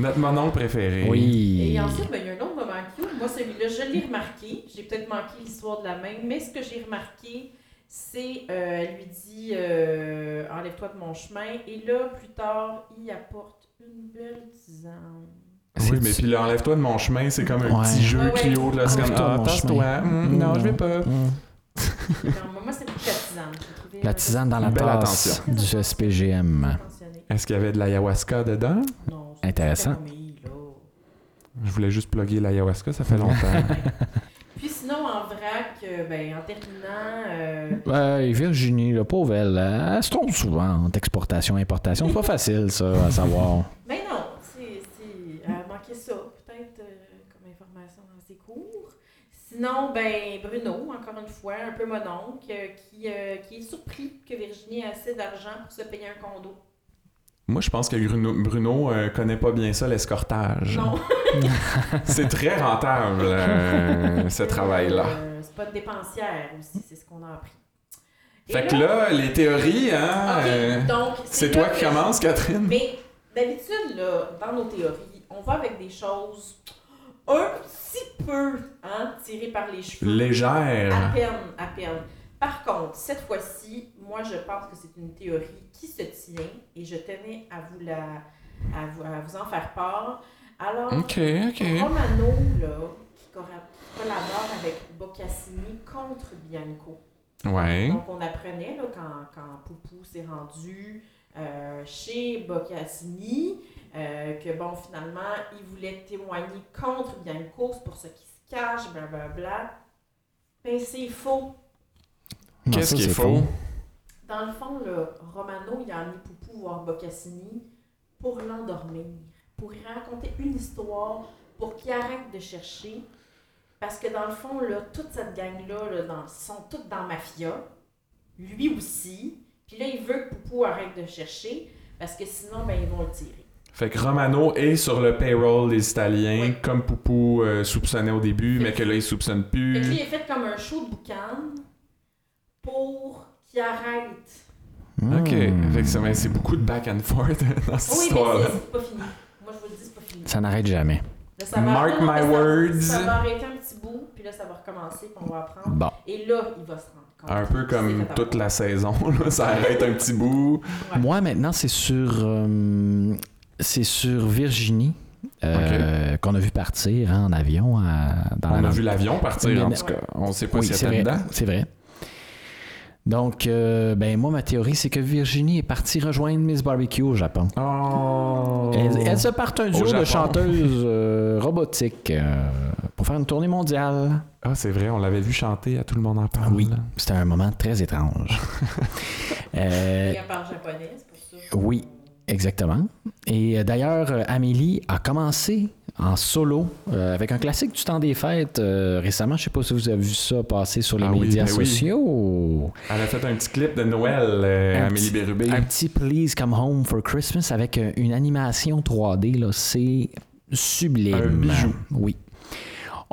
Notre monon préféré.
Oui.
Et ensuite, ben, il y a un autre moment cute. Moi, celui-là, je l'ai remarqué. J'ai peut-être manqué l'histoire de la main, mais ce que j'ai remarqué, c'est euh, elle lui dit euh, Enlève-toi de mon chemin. Et là, plus tard, il apporte une belle tisane.
Oui,
C'est-
mais puis là, enlève-toi de mon chemin, c'est comme un
Ouais.
petit jeu
Ouais, ouais.
Clio. là, C'est comme,
Enlève-toi de
ah,
mon
tasse-toi.
chemin.
Hum, non, je vais pas.
Et
Hum.
comme, moi, c'est plus la tisane. J'ai trouvé
La tisane dans la
Une belle
tasse
attention.
du SPGM.
Attentionné.
Est-ce qu'il y avait de l'ayahuasca dedans?
Non, c'est
Intéressant.
une famille, là.
Je voulais juste plugger l'ayahuasca, ça fait longtemps.
Puis sinon, en vrac, euh, ben, en terminant, euh,
Ouais, et Virginie, le pauvre, elle, hein? elle se trompe souvent entre exportation et importation. C'est pas facile, ça, à savoir.
Mais non, c'est, c'est, elle manquait ça, peut-être, euh, comme information dans ses cours. Sinon, ben, Bruno, encore une fois, un peu mon oncle, euh, qui, euh, qui est surpris que Virginie ait assez d'argent pour se payer un condo.
Moi, je pense que Bruno, Bruno euh, connaît pas bien ça, l'escortage.
Non.
C'est très rentable, euh, ce travail-là.
Euh, c'est pas de dépensière aussi, c'est ce qu'on a appris. Et
Fait que là, les théories, hein,
OK,
euh,
donc,
c'est
là
toi qui
que-
commences, Catherine?
Mais d'habitude, là, dans nos théories, on va avec des choses un petit peu hein, tirées par les cheveux. À
Légère.
peine, à peine. Par contre, cette fois-ci, moi, je pense que c'est une théorie qui se tient et je tenais à vous, la, à vous, à vous en faire part. Alors,
Ok, ok.
Romano, là, qui corra- qui collabore avec Boccassini contre Bianco.
Ouais.
Donc, on apprenait là, quand, quand Poupou s'est rendu euh, chez Boccassini euh, que, bon, finalement, il voulait témoigner contre Bianco, c'est pour ça qu'il se cache, blablabla. Ben, c'est faux.
Non,
Qu'est-ce
Ah, ça,
qui est
c'est
faux?
Dans le fond, là, Romano, il a emmené Poupou voir Boccassini pour l'endormir, pour lui raconter une histoire, pour qu'ils arrêtent de chercher. Parce que dans le fond, là, toute cette gang-là là, dans- sont toutes dans Mafia. Lui aussi. Puis là, il veut que Poupou arrête de chercher parce que sinon, ben, ils vont le tirer.
Fait que Romano est sur le payroll des Italiens,
Oui.
comme Poupou euh, soupçonnait au début,
Fait
mais que là, il soupçonne
Fait que lui,
plus.
il est fait comme un show de boucan pour qu'il arrête.
Ok.
Hmm.
Fait que c'est ben, c'est beaucoup de back and forth dans cette
Oui, mais
histoire-là.
c'est- c'est pas fini. Moi, je vous le dis, c'est pas fini.
Ça n'arrête jamais.
Là, ça va-
Mark
non, non, mais
my
ça-
words.
Ça va arrêter un petit bout, puis là, ça va recommencer, puis on va apprendre.
Bon.
Et là, il va se rendre compte.
Un peu
qu'il s'est
comme
fait
toute
avoir.
la saison, là, ça arrête un petit bout.
Ouais.
Moi, maintenant, c'est sur, euh, c'est sur Virginie euh, qu'on a vu partir hein, en avion à- dans
On
la
a vu l'avion partir, en tout cas. On sait pas
Oui,
si
c'est
elle
vrai.
était dedans.
C'est vrai. Donc, euh, ben moi, ma théorie, c'est que Virginie est partie rejoindre Miss Barbecue au Japon.
Oh.
Elle, elle se part un duo
Japon.
de chanteuses euh, robotiques euh, pour faire une tournée mondiale.
Ah, c'est vrai, on l'avait vu chanter à Tout le monde en parle.
Oui, c'était un moment très étrange. Euh,
Et elle parle japonais, c'est pour ça.
oui, exactement. Et euh, d'ailleurs, euh, Amélie a commencé en solo euh, avec un classique du temps des fêtes euh, récemment. Je sais pas si vous avez vu ça passer sur les
Ah oui,
médias
ben oui.
sociaux.
Elle a fait un petit clip de Noël, euh,
Un
Amélie
petit-
Bérubé.
Un petit Please Come Home for Christmas avec euh, une animation 3D, là, c'est sublime.
Un bijou.
Oui.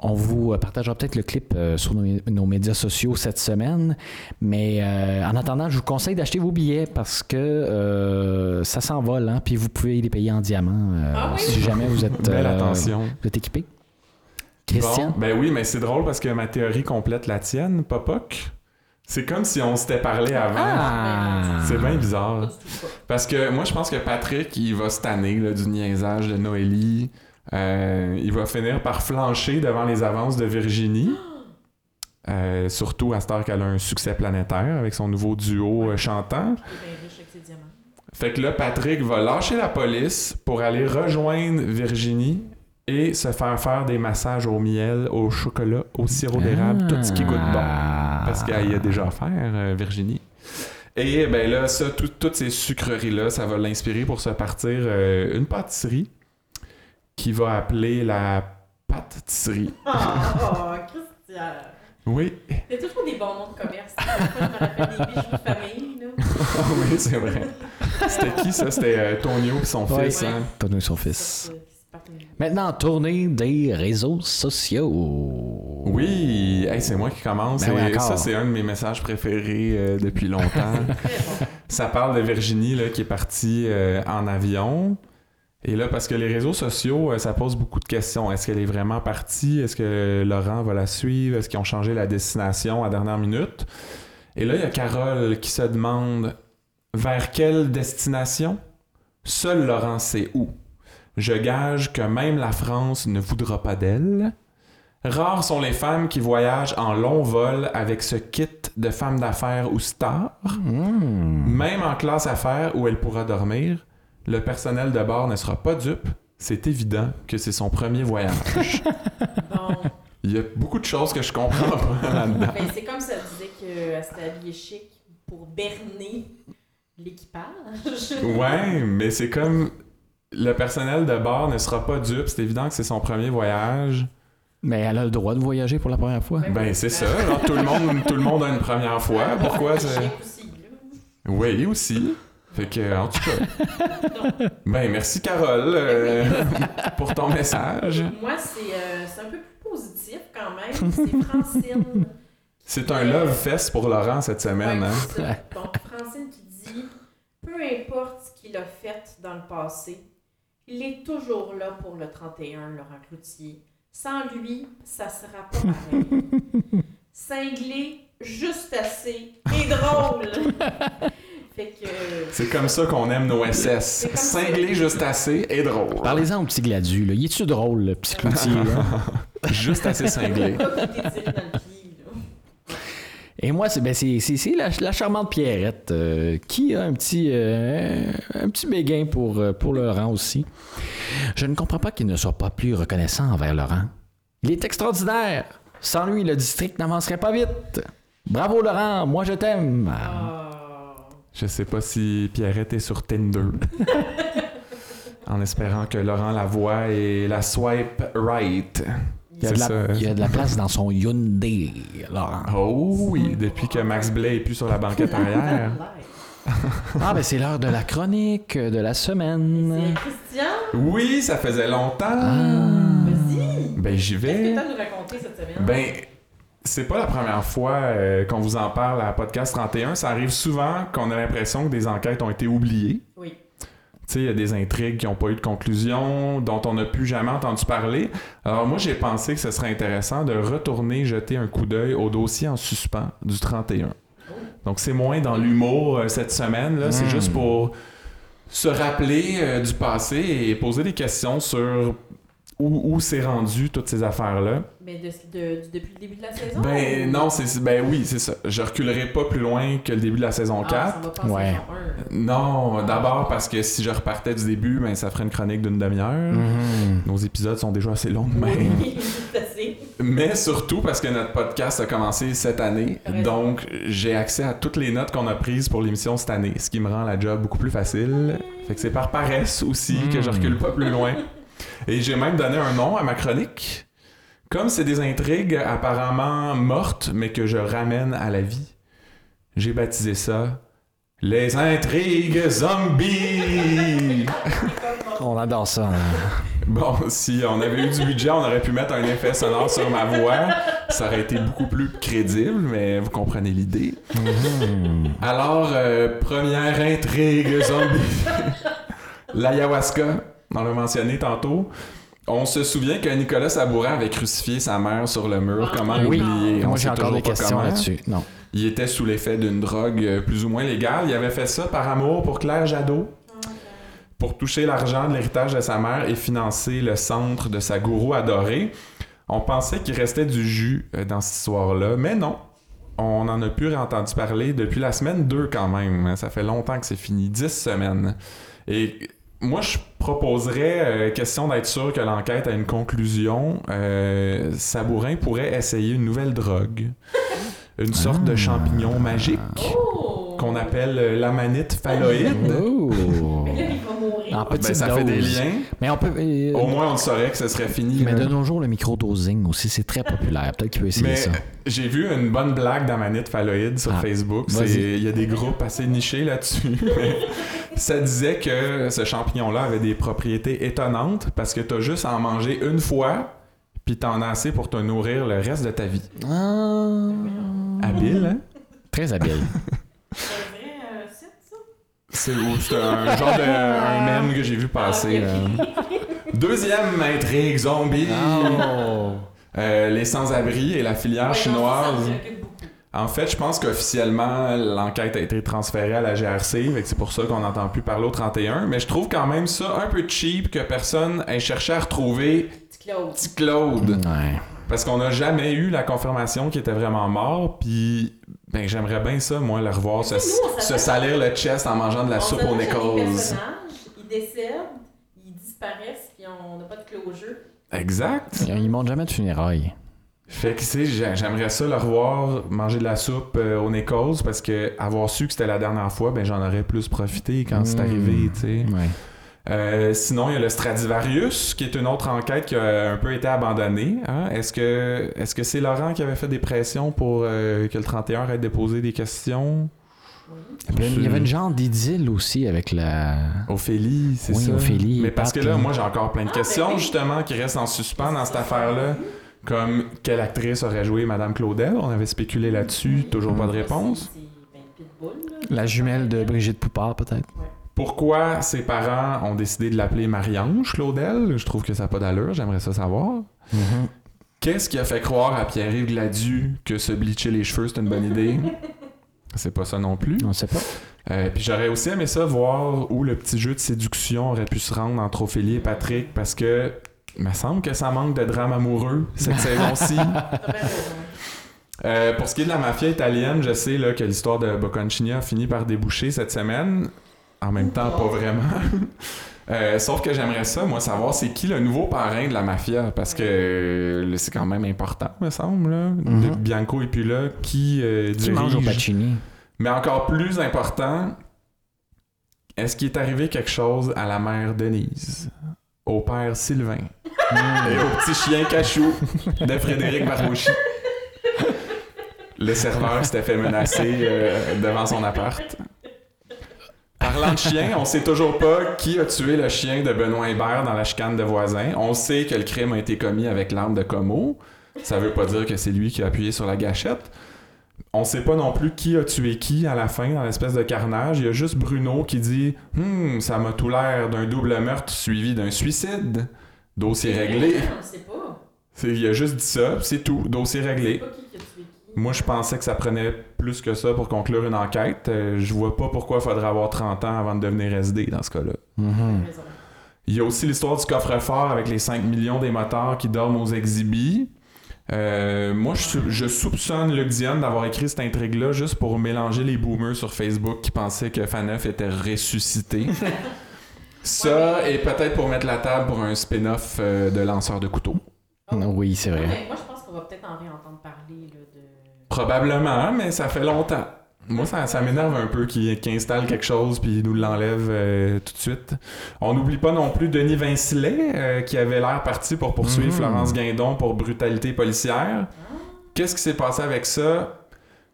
On vous euh, partagera peut-être le clip euh, sur nos, nos médias sociaux cette semaine. Mais euh, en attendant, je vous conseille d'acheter vos billets parce que euh, ça s'envole. Hein, puis vous pouvez les payer en diamant euh,
Ah oui?
si jamais vous êtes,
Belle
euh,
attention.
vous êtes équipé.
Bon,
Christian?
ben oui, mais c'est drôle parce que ma théorie complète la tienne, Popoc. C'est comme si on s'était parlé avant.
Ah!
C'est bien
Pas
bizarre.
du tout ça.
Parce que moi, je pense que Patrick, il va se tanner là, du niaisage de Noélie. Euh, il va finir par flancher devant les avances de Virginie. Euh, surtout à cette heure qu'elle a un succès planétaire avec son nouveau duo euh, chantant.
Il est bien riche avec ses diamants.
Fait que là, Patrick va lâcher la police pour aller rejoindre Virginie et se faire faire des massages au miel, au chocolat, au sirop d'érable, tout ce qui goûte bon.
Ah.
Parce qu'elle y a déjà affaire, euh, Virginie. Et ben là, ça, tout- toutes ces sucreries-là, ça va l'inspirer pour se partir euh, une pâtisserie qui va appeler la pâtisserie.
Oh, Christian!
Oui,
T'as toujours des bons noms de commerce. Parfois, je me rappelle des bijoux de famille. Là.
Ah oui, c'est vrai. C'était qui ça? C'était euh, Tonio et son
Ouais.
fils, hein?
Tonneau son fils. Maintenant, tournée des réseaux sociaux.
Oui, Hey, c'est moi qui commence.
Ben oui,
Et
encore.
ça, c'est un de mes messages préférés euh, depuis longtemps. ça parle de Virginie là, qui est partie euh, en avion. Et là, parce que les réseaux sociaux, euh, ça pose beaucoup de questions. Est-ce qu'elle est vraiment partie? Est-ce que Laurent va la suivre? Est-ce qu'ils ont changé la destination à dernière minute? Et là, il y a Carole qui se demande vers quelle destination? Seul Laurent sait où. Je gage que même la France ne voudra pas d'elle. Rares sont les femmes qui voyagent en long vol avec ce kit de femmes d'affaires ou stars.
Hmm.
Même en classe affaires où elle pourra dormir, le personnel de bord ne sera pas dupe. C'est évident que c'est son premier voyage.
Bon,
Il y a beaucoup de choses que je comprends pas là-dedans.
ben, c'est comme ça disait qu'elle s'était habillée chic pour berner l'équipage.
Ouais, mais c'est comme le personnel de bord ne sera pas dupe. C'est évident que c'est son premier voyage.
Mais elle a le droit de voyager pour la première fois.
Ben c'est ça. genre, tout le monde, tout le monde a une première fois. Pourquoi c'est-
Chic aussi, là.
Oui, aussi. Fait que, en tout cas. Ben, merci, Carole, euh, pour ton message.
Moi, c'est euh, c'est un peu plus positif quand même. C'est Francine.
C'est un love fest pour Laurent cette semaine,
Ouais,
hein?
c'est ça. Donc, Francine qui dit Peu importe ce qu'il a fait dans le passé, il est toujours là pour le 31, Laurent Cloutier. Sans lui, ça sera pas pareil. Cinglé, juste assez et drôle. fait que.
C'est comme ça qu'on aime nos SS.
comme ça.
Cinglé juste assez et drôle.
Parlez-en au petit Gladu. Là. Il est-tu drôle, le petit cloutier? hein? là?
Juste assez cinglé.
Pourquoi vous étirez dans le pied, là?
Et moi, c'est ben, c'est- c'est- c'est la, la charmante Pierrette euh, qui a un petit, euh, un petit béguin pour, euh, pour Laurent aussi. Je ne comprends pas qu'il ne soit pas plus reconnaissant envers Laurent. Il est extraordinaire. Sans lui, le district n'avancerait pas vite. Bravo, Laurent. Moi, je t'aime.
Ah.
Je sais pas si Pierrette est sur Tinder. en espérant que Laurent la voie et la swipe right.
Il y, a de
C'est
la,
ça. hein.
il y a de la place dans son Hyundai, Laurent.
Oh oui, depuis que Max Blay est plus sur la banquette arrière.
Ah, ben c'est l'heure de la chronique de la
C'est
semaine.
Christian,
Oui, ça faisait
Ah.
longtemps.
vas-y.
Ben j'y
Qu'est-ce que
vais.
t'as à nous raconter cette semaine?
Ben, c'est pas la première fois euh, qu'on vous en parle à Podcast 31. Ça arrive souvent qu'on a l'impression que des enquêtes ont été oubliées.
Oui.
Tu sais, il y a des intrigues qui n'ont pas eu de conclusion, dont on n'a plus jamais entendu parler. Alors moi, j'ai pensé que ce serait intéressant de retourner jeter un coup d'œil au dossier en suspens du 31. Donc c'est moins dans l'humour euh, cette semaine, là. c'est
Mm.
juste pour se rappeler euh, du passé et poser des questions sur où, où s'est rendu toutes ces affaires-là.
Mais de, de- du- depuis le début de la saison?
Ben non, c'est c'est- ben oui, c'est ça. Je reculerai pas plus loin que le début de la saison
Ah,
4.
ça va pas en
Ouais.
saison un.
Non, d'abord parce que si je repartais du début, ben ça ferait une chronique d'une demi-heure.
Mhm.
Nos épisodes sont déjà assez longs de même.
Mm. Oui, c'est assez.
Mais surtout parce que notre podcast a commencé cette année.
Ouais.
Donc j'ai accès à toutes les notes qu'on a prises pour l'émission cette année, ce qui me rend la job beaucoup plus facile. Fait que c'est par paresse aussi que je recule pas plus loin. Et j'ai même donné un nom à ma chronique. Comme c'est des intrigues apparemment mortes, mais que je ramène à la vie, j'ai baptisé ça Les intrigues zombies.
On adore ça.
Bon, si on avait eu du budget, on aurait pu mettre un effet sonore sur ma voix. Ça aurait été beaucoup plus crédible, mais vous comprenez l'idée. Mhm. Alors, euh, première intrigue zombie. L'ayahuasca, on l'a mentionné tantôt. On se souvient que Nicolas Sabourin avait crucifié sa mère sur le mur. Comment
Oui.
l'oublier? On
Ah, Moi,
sait
j'ai encore
toujours
des
pas
questions
comment.
là-dessus. Non.
Il était sous l'effet d'une drogue euh, plus ou moins légale. Il avait fait ça par amour pour Claire Jadot, pour toucher l'argent de l'héritage de sa mère et financer le centre de sa gourou adorée. On pensait qu'il restait du jus euh, dans cette histoire-là, mais non. On en a plus entendu parler depuis la semaine 2 quand même. hein. Ça fait longtemps que c'est fini, 10 semaines. Et moi, je proposerais, euh, question d'être sûr que l'enquête a une conclusion, euh, Sabourin pourrait essayer une nouvelle drogue, une sorte de champignon magique
Oh!
qu'on appelle euh, l'amanite phalloïde.
Oh.
Mais là, il va mourir.
En petite
Ah. Ben, ça
dose.
fait des liens.
Mais on peut. euh,
Au moins, on le saurait que ce serait fini.
mais
là.
de nos jours, le micro-dosing aussi, c'est très populaire. Peut-être qu'il peut essayer
Mais euh,
ça.
j'ai vu une bonne blague d'amanite phalloïde sur
Ah,
Facebook. C'est-
vas-y.
Il y a des groupes assez nichés là-dessus. mais ça disait que ce champignon-là avait des propriétés étonnantes parce que t'as juste à en manger une fois, puis t'en as assez pour te nourrir le reste de ta vie. euh,
Ah,
Habile, hein?
Très habile.
C'est un vrai euh, site, ça?
C'est c'est un genre de un mème que j'ai vu passer.
Ah, ok,
là. Deuxième intrigue zombie.
Oh.
Euh, les sans-abri et la filière
Ouais, Ah, non, c'est ça,
chinoise.
ça occupe beaucoup.
En fait, je pense qu'officiellement, l'enquête a été transférée à la GRC, fait que c'est pour ça qu'on n'entend plus parler au 31. Mais je trouve quand même ça un peu cheap que personne ait cherché à retrouver
Petit Claude.
petit Claude.
Mm.
Ouais.
Parce qu'on n'a jamais eu la confirmation qu'il était vraiment mort. Puis, ben, j'aimerais bien ça, moi, le revoir, se,
Mais nous, on
se
s'appelle-
salir le chest en mangeant de la
On
soupe
s'attache
aux
à des
nécroses.
personnages, Ils décèdent, ils disparaissent, puis on n'a pas de clé au jeu.
Exact.
Ils montent jamais de funérailles.
Fait que, tu sais, j'ai- j'aimerais ça le revoir manger de la soupe euh, aux nécroses parce que avoir su que c'était la dernière fois, ben, j'en aurais plus profité quand c'est
Mm.
arrivé, tu sais.
Ouais.
Euh, sinon, il y a le Stradivarius, qui est une autre enquête qui a un peu été abandonnée. hein. Est-ce que est-ce que c'est Laurent qui avait fait des pressions pour euh, que le 31 ait déposé des questions?
Il y avait- il y avait une genre d'idylle aussi avec la.
Ophélie, c'est
Oui,
ça?
Ophélie,
Mais parce que
Pat,
là,
là.
moi, j'ai encore plein de
Ah,
questions,
ben oui.
justement, qui restent en suspens dans cette affaire-là. Comme quelle actrice aurait joué Madame Claudel? On avait spéculé là-dessus, toujours pas de réponse.
C'est ben, Pitbull, là.
La jumelle de Brigitte Poupard, peut-être.
Pourquoi ses parents ont décidé de l'appeler Marie-Ange Claudel? Je trouve que ça n'a pas d'allure, j'aimerais ça savoir.
Mm-hmm.
Qu'est-ce qui a fait croire à Pierre-Yves Gladu que se bleacher les cheveux, c'est une bonne idée? c'est pas ça non plus.
On sait pas.
Euh, Puis j'aurais aussi aimé ça voir où le petit jeu de séduction aurait pu se rendre entre Ophélie et Patrick parce que il me semble que ça manque de drame amoureux cette saison-ci.
T'as bien raison.
Euh, pour ce qui est de la mafia italienne, je sais là, que l'histoire de Bocconcini a fini par déboucher cette semaine. En même temps, pas vraiment. Euh, sauf que j'aimerais ça, moi, savoir c'est qui le nouveau parrain de la mafia, parce que euh, c'est quand même important, me semble. là. De- Bianco et puis là, qui euh,
Mhm. Qui mange au
dirige?
Pacini?
Mais encore plus important, Est-ce qu'il est arrivé quelque chose à la mère Denise, au père Sylvain
Mhm.
et au petit chien cachou de Frédéric Barbouchi? Le serveur s'était fait menacer euh, devant son appart. Parlant de chien, on sait toujours pas qui a tué le chien de Benoît Hébert dans la chicane de voisins. On sait que le crime a été commis avec l'arme de Como. Ça veut pas dire que c'est lui qui a appuyé sur la gâchette. On sait pas non plus qui a tué qui à la fin dans l'espèce de carnage. Il y a juste Bruno qui dit Hum, ça m'a tout l'air d'un double meurtre suivi d'un suicide. Dossier réglé.
On sait pas.
C'est- Il a juste dit ça, puis c'est tout. Dossier
On sait
réglé.
pas qui qui a tué qui.
Moi, je pensais que ça prenait plus que ça pour conclure une enquête. Euh, je vois pas pourquoi il faudrait avoir 30 ans avant de devenir SD dans ce cas-là. Mm-hmm.
Mhm.
Raison.
Il y a aussi l'histoire du coffre-fort avec les 5 millions des moteurs qui dorment aux exhibits. Euh, moi, je, sou- je soupçonne Luc Diane d'avoir écrit cette intrigue-là juste pour mélanger les boomers sur Facebook qui pensaient que Faneuf était ressuscité. Ça, et peut-être pour mettre la table pour un spin-off euh, de lanceur de couteaux.
Oui, c'est
Non,
vrai.
mais moi, je pense qu'on va peut-être en réentendre parler là, de.
Probablement, mais ça fait longtemps. Moi, ça, ça m'énerve un peu qu'il qu'il installe quelque chose puis il nous l'enlève euh, tout de suite. On n'oublie pas non plus Denis Vincilet, euh, qui avait l'air parti pour poursuivre
Mhm.
Florence Guindon pour brutalité policière. Qu'est-ce qui s'est passé avec ça?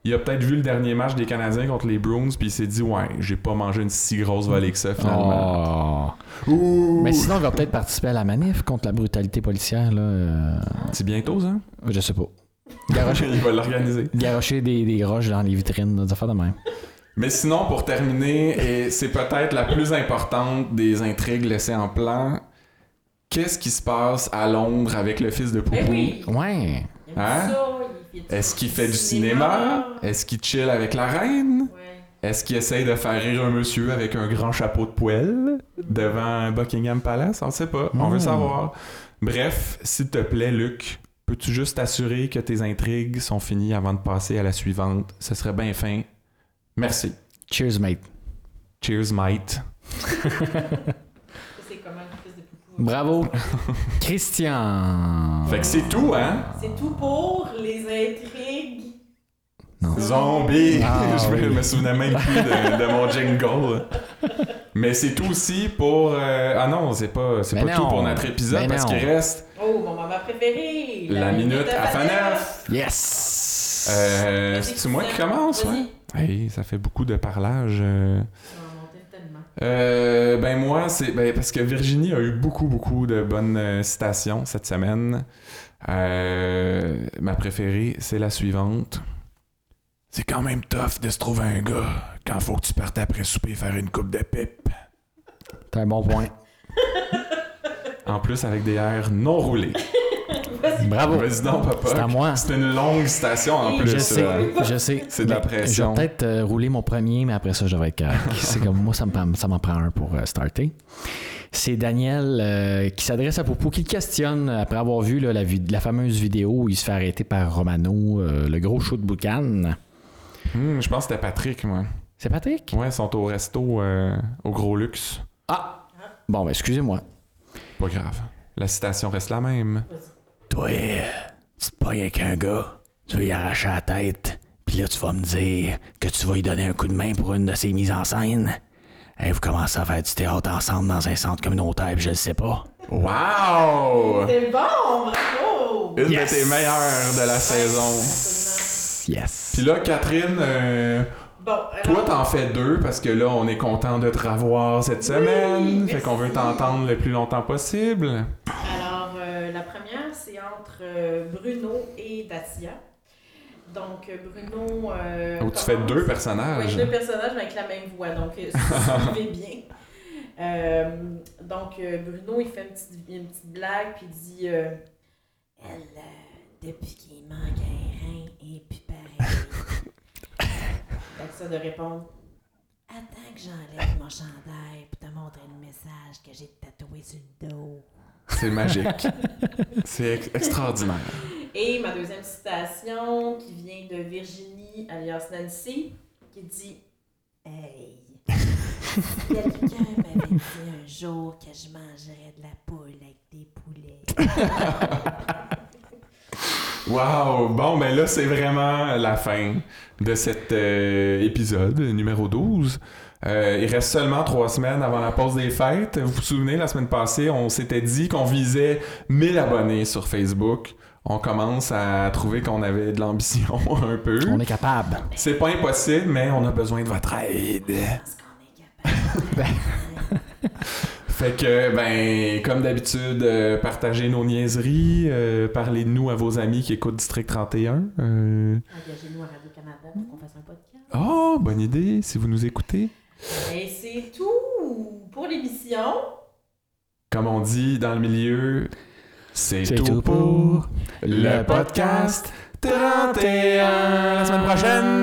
Il a peut-être vu le dernier match des Canadiens contre les Bruins puis il s'est dit « Ouais, j'ai pas mangé une si grosse volée que ça, finalement.
Oh.
Ouh!
Mais sinon, il va peut-être participer à la manif contre la brutalité policière. Là. euh,
C'est bientôt, ça?
je sais pas. Garocher,
il va l'organiser.
garocher des, des roches dans les vitrines, des affaires de même.
Mais sinon, pour terminer, et c'est peut-être la plus importante des intrigues laissées en plan, qu'est-ce qui se passe à Londres avec le fils de Poupou?
Eh oui!
Ouais.
Il aime
Hein?
ça, il fait du-
Est-ce qu'il fait du cinéma? Est-ce qu'il chill avec la reine?
Ouais.
Est-ce qu'il essaye de faire rire un monsieur avec un grand chapeau de poêle devant Buckingham Palace? On sait pas. On
Mm.
veut savoir. Bref, s'il te plaît, Luc, peux-tu juste t'assurer que tes intrigues sont finies avant de passer à la suivante? Ce serait bien fin. Merci.
Cheers, mate.
Cheers, mate.
Ça, C'est comment le fils de Poupou?
Bravo. Christian.
Fait que c'est tout, hein?
C'est tout pour les intrigues.
Non.
Zombie!
Ah,
je me-
oui.
me souvenais même plus de, de mon jingle. Mais c'est tout aussi pour. euh, Ah non, c'est pas, c'est
Mais
pas tout
non.
pour notre épisode
Mais
parce
non.
qu'il reste
Oh, mon moment préféré!
la minute
de
à
Faneuf.
Faneuf.
Yes.
Euh,
Vas-y,
c'est moi qui
Christian.
commence, hein? ouais.
Vas-y.
Hey, ça fait beaucoup de parlage. euh.
Tu m'en montais tellement.
Euh, ben moi, c'est ben, parce que Virginie a eu beaucoup, beaucoup de bonnes euh, citations cette semaine. Euh, ma préférée, c'est la suivante. C'est quand même tough de se trouver un gars quand faut que tu partes après souper faire une coupe de pipe.
T'as un bon point.
En plus, avec des airs non roulés.
Vas-y.
Bravo.
Vas-y donc, papa.
C'est à moi.
C'est une longue citation en
Je
plus.
Je sais,
euh.
je sais.
c'est de la
Mais
pression.
Je vais peut-être euh, rouler mon premier, mais après ça, je vais être correct. c'est comme moi, ça me prend- ça m'en prend un pour euh, starter. C'est Daniel euh, qui s'adresse à Popo, qui le questionne après avoir vu là, la, vid- la fameuse vidéo où il se fait arrêter par Romano, euh, le gros show de boucan.
Hmm, je pense que c'était Patrick, moi.
C'est Patrick?
Ouais, ils sont au resto euh, au gros luxe.
Ah! Bon, ben, excusez-moi.
Pas grave. La citation reste la même.
Toi, euh, c'est pas rien qu'un gars. Tu vas y arracher la tête, puis là, tu vas me dire que tu vas lui donner un coup de main pour une de ses mises en scène. Hey, vous commencez à faire du théâtre ensemble dans un centre communautaire, puis je le sais pas.
Wow!
C'est bon! Bravo!
Une
Yes!
de tes meilleures de la saison.
Absolument.
Yes.
Puis là, Catherine, euh,
Bon, alors-
toi, t'en fais deux parce que là, on est content de te revoir cette semaine. fait
merci.
qu'on veut t'entendre le plus longtemps possible.
Alors, euh, la première, c'est entre euh, Bruno et Dacia. Donc, euh, Bruno. euh,
Où Ah, tu fais
commence-
deux
Ouais,
personnages.
deux personnages mais avec la même voix, donc euh, suivez bien. Euh, donc, euh, Bruno, il fait une petite, une petite blague, puis il dit euh, Elle, euh, depuis qu'il manque un rein, et puis pareil. Fait que ça de répondre Attends que j'enlève mon chandail pour te montrer le message que j'ai tatoué sur le dos.
C'est magique. C'est ex- extraordinaire.
Et ma deuxième citation qui vient de Virginie alias Nancy qui dit Hey, si quelqu'un m'avait dit un jour que je mangerais de la poule avec des poulets.
Wow! Bon, ben là, c'est vraiment la fin de cet euh, épisode numéro 12. Euh, il reste seulement trois semaines avant la pause des fêtes. Vous vous souvenez, la semaine passée, on s'était dit qu'on visait 1000 abonnés sur Facebook. On commence à trouver qu'on avait de l'ambition un peu.
On est capable.
C'est pas impossible, mais on a besoin de votre aide.
Parce qu'on est capable.
Fait que, ben, comme d'habitude, euh, partagez nos niaiseries, euh, parlez de nous à vos amis qui écoutent District 31. Euh,
Engagez-nous à Radio-Canada pour qu'on fasse un podcast.
Oh, bonne idée, si vous nous écoutez.
Et Ben, c'est tout pour l'émission.
Comme on dit dans le milieu, c'est tout, pour le podcast 31. La semaine prochaine!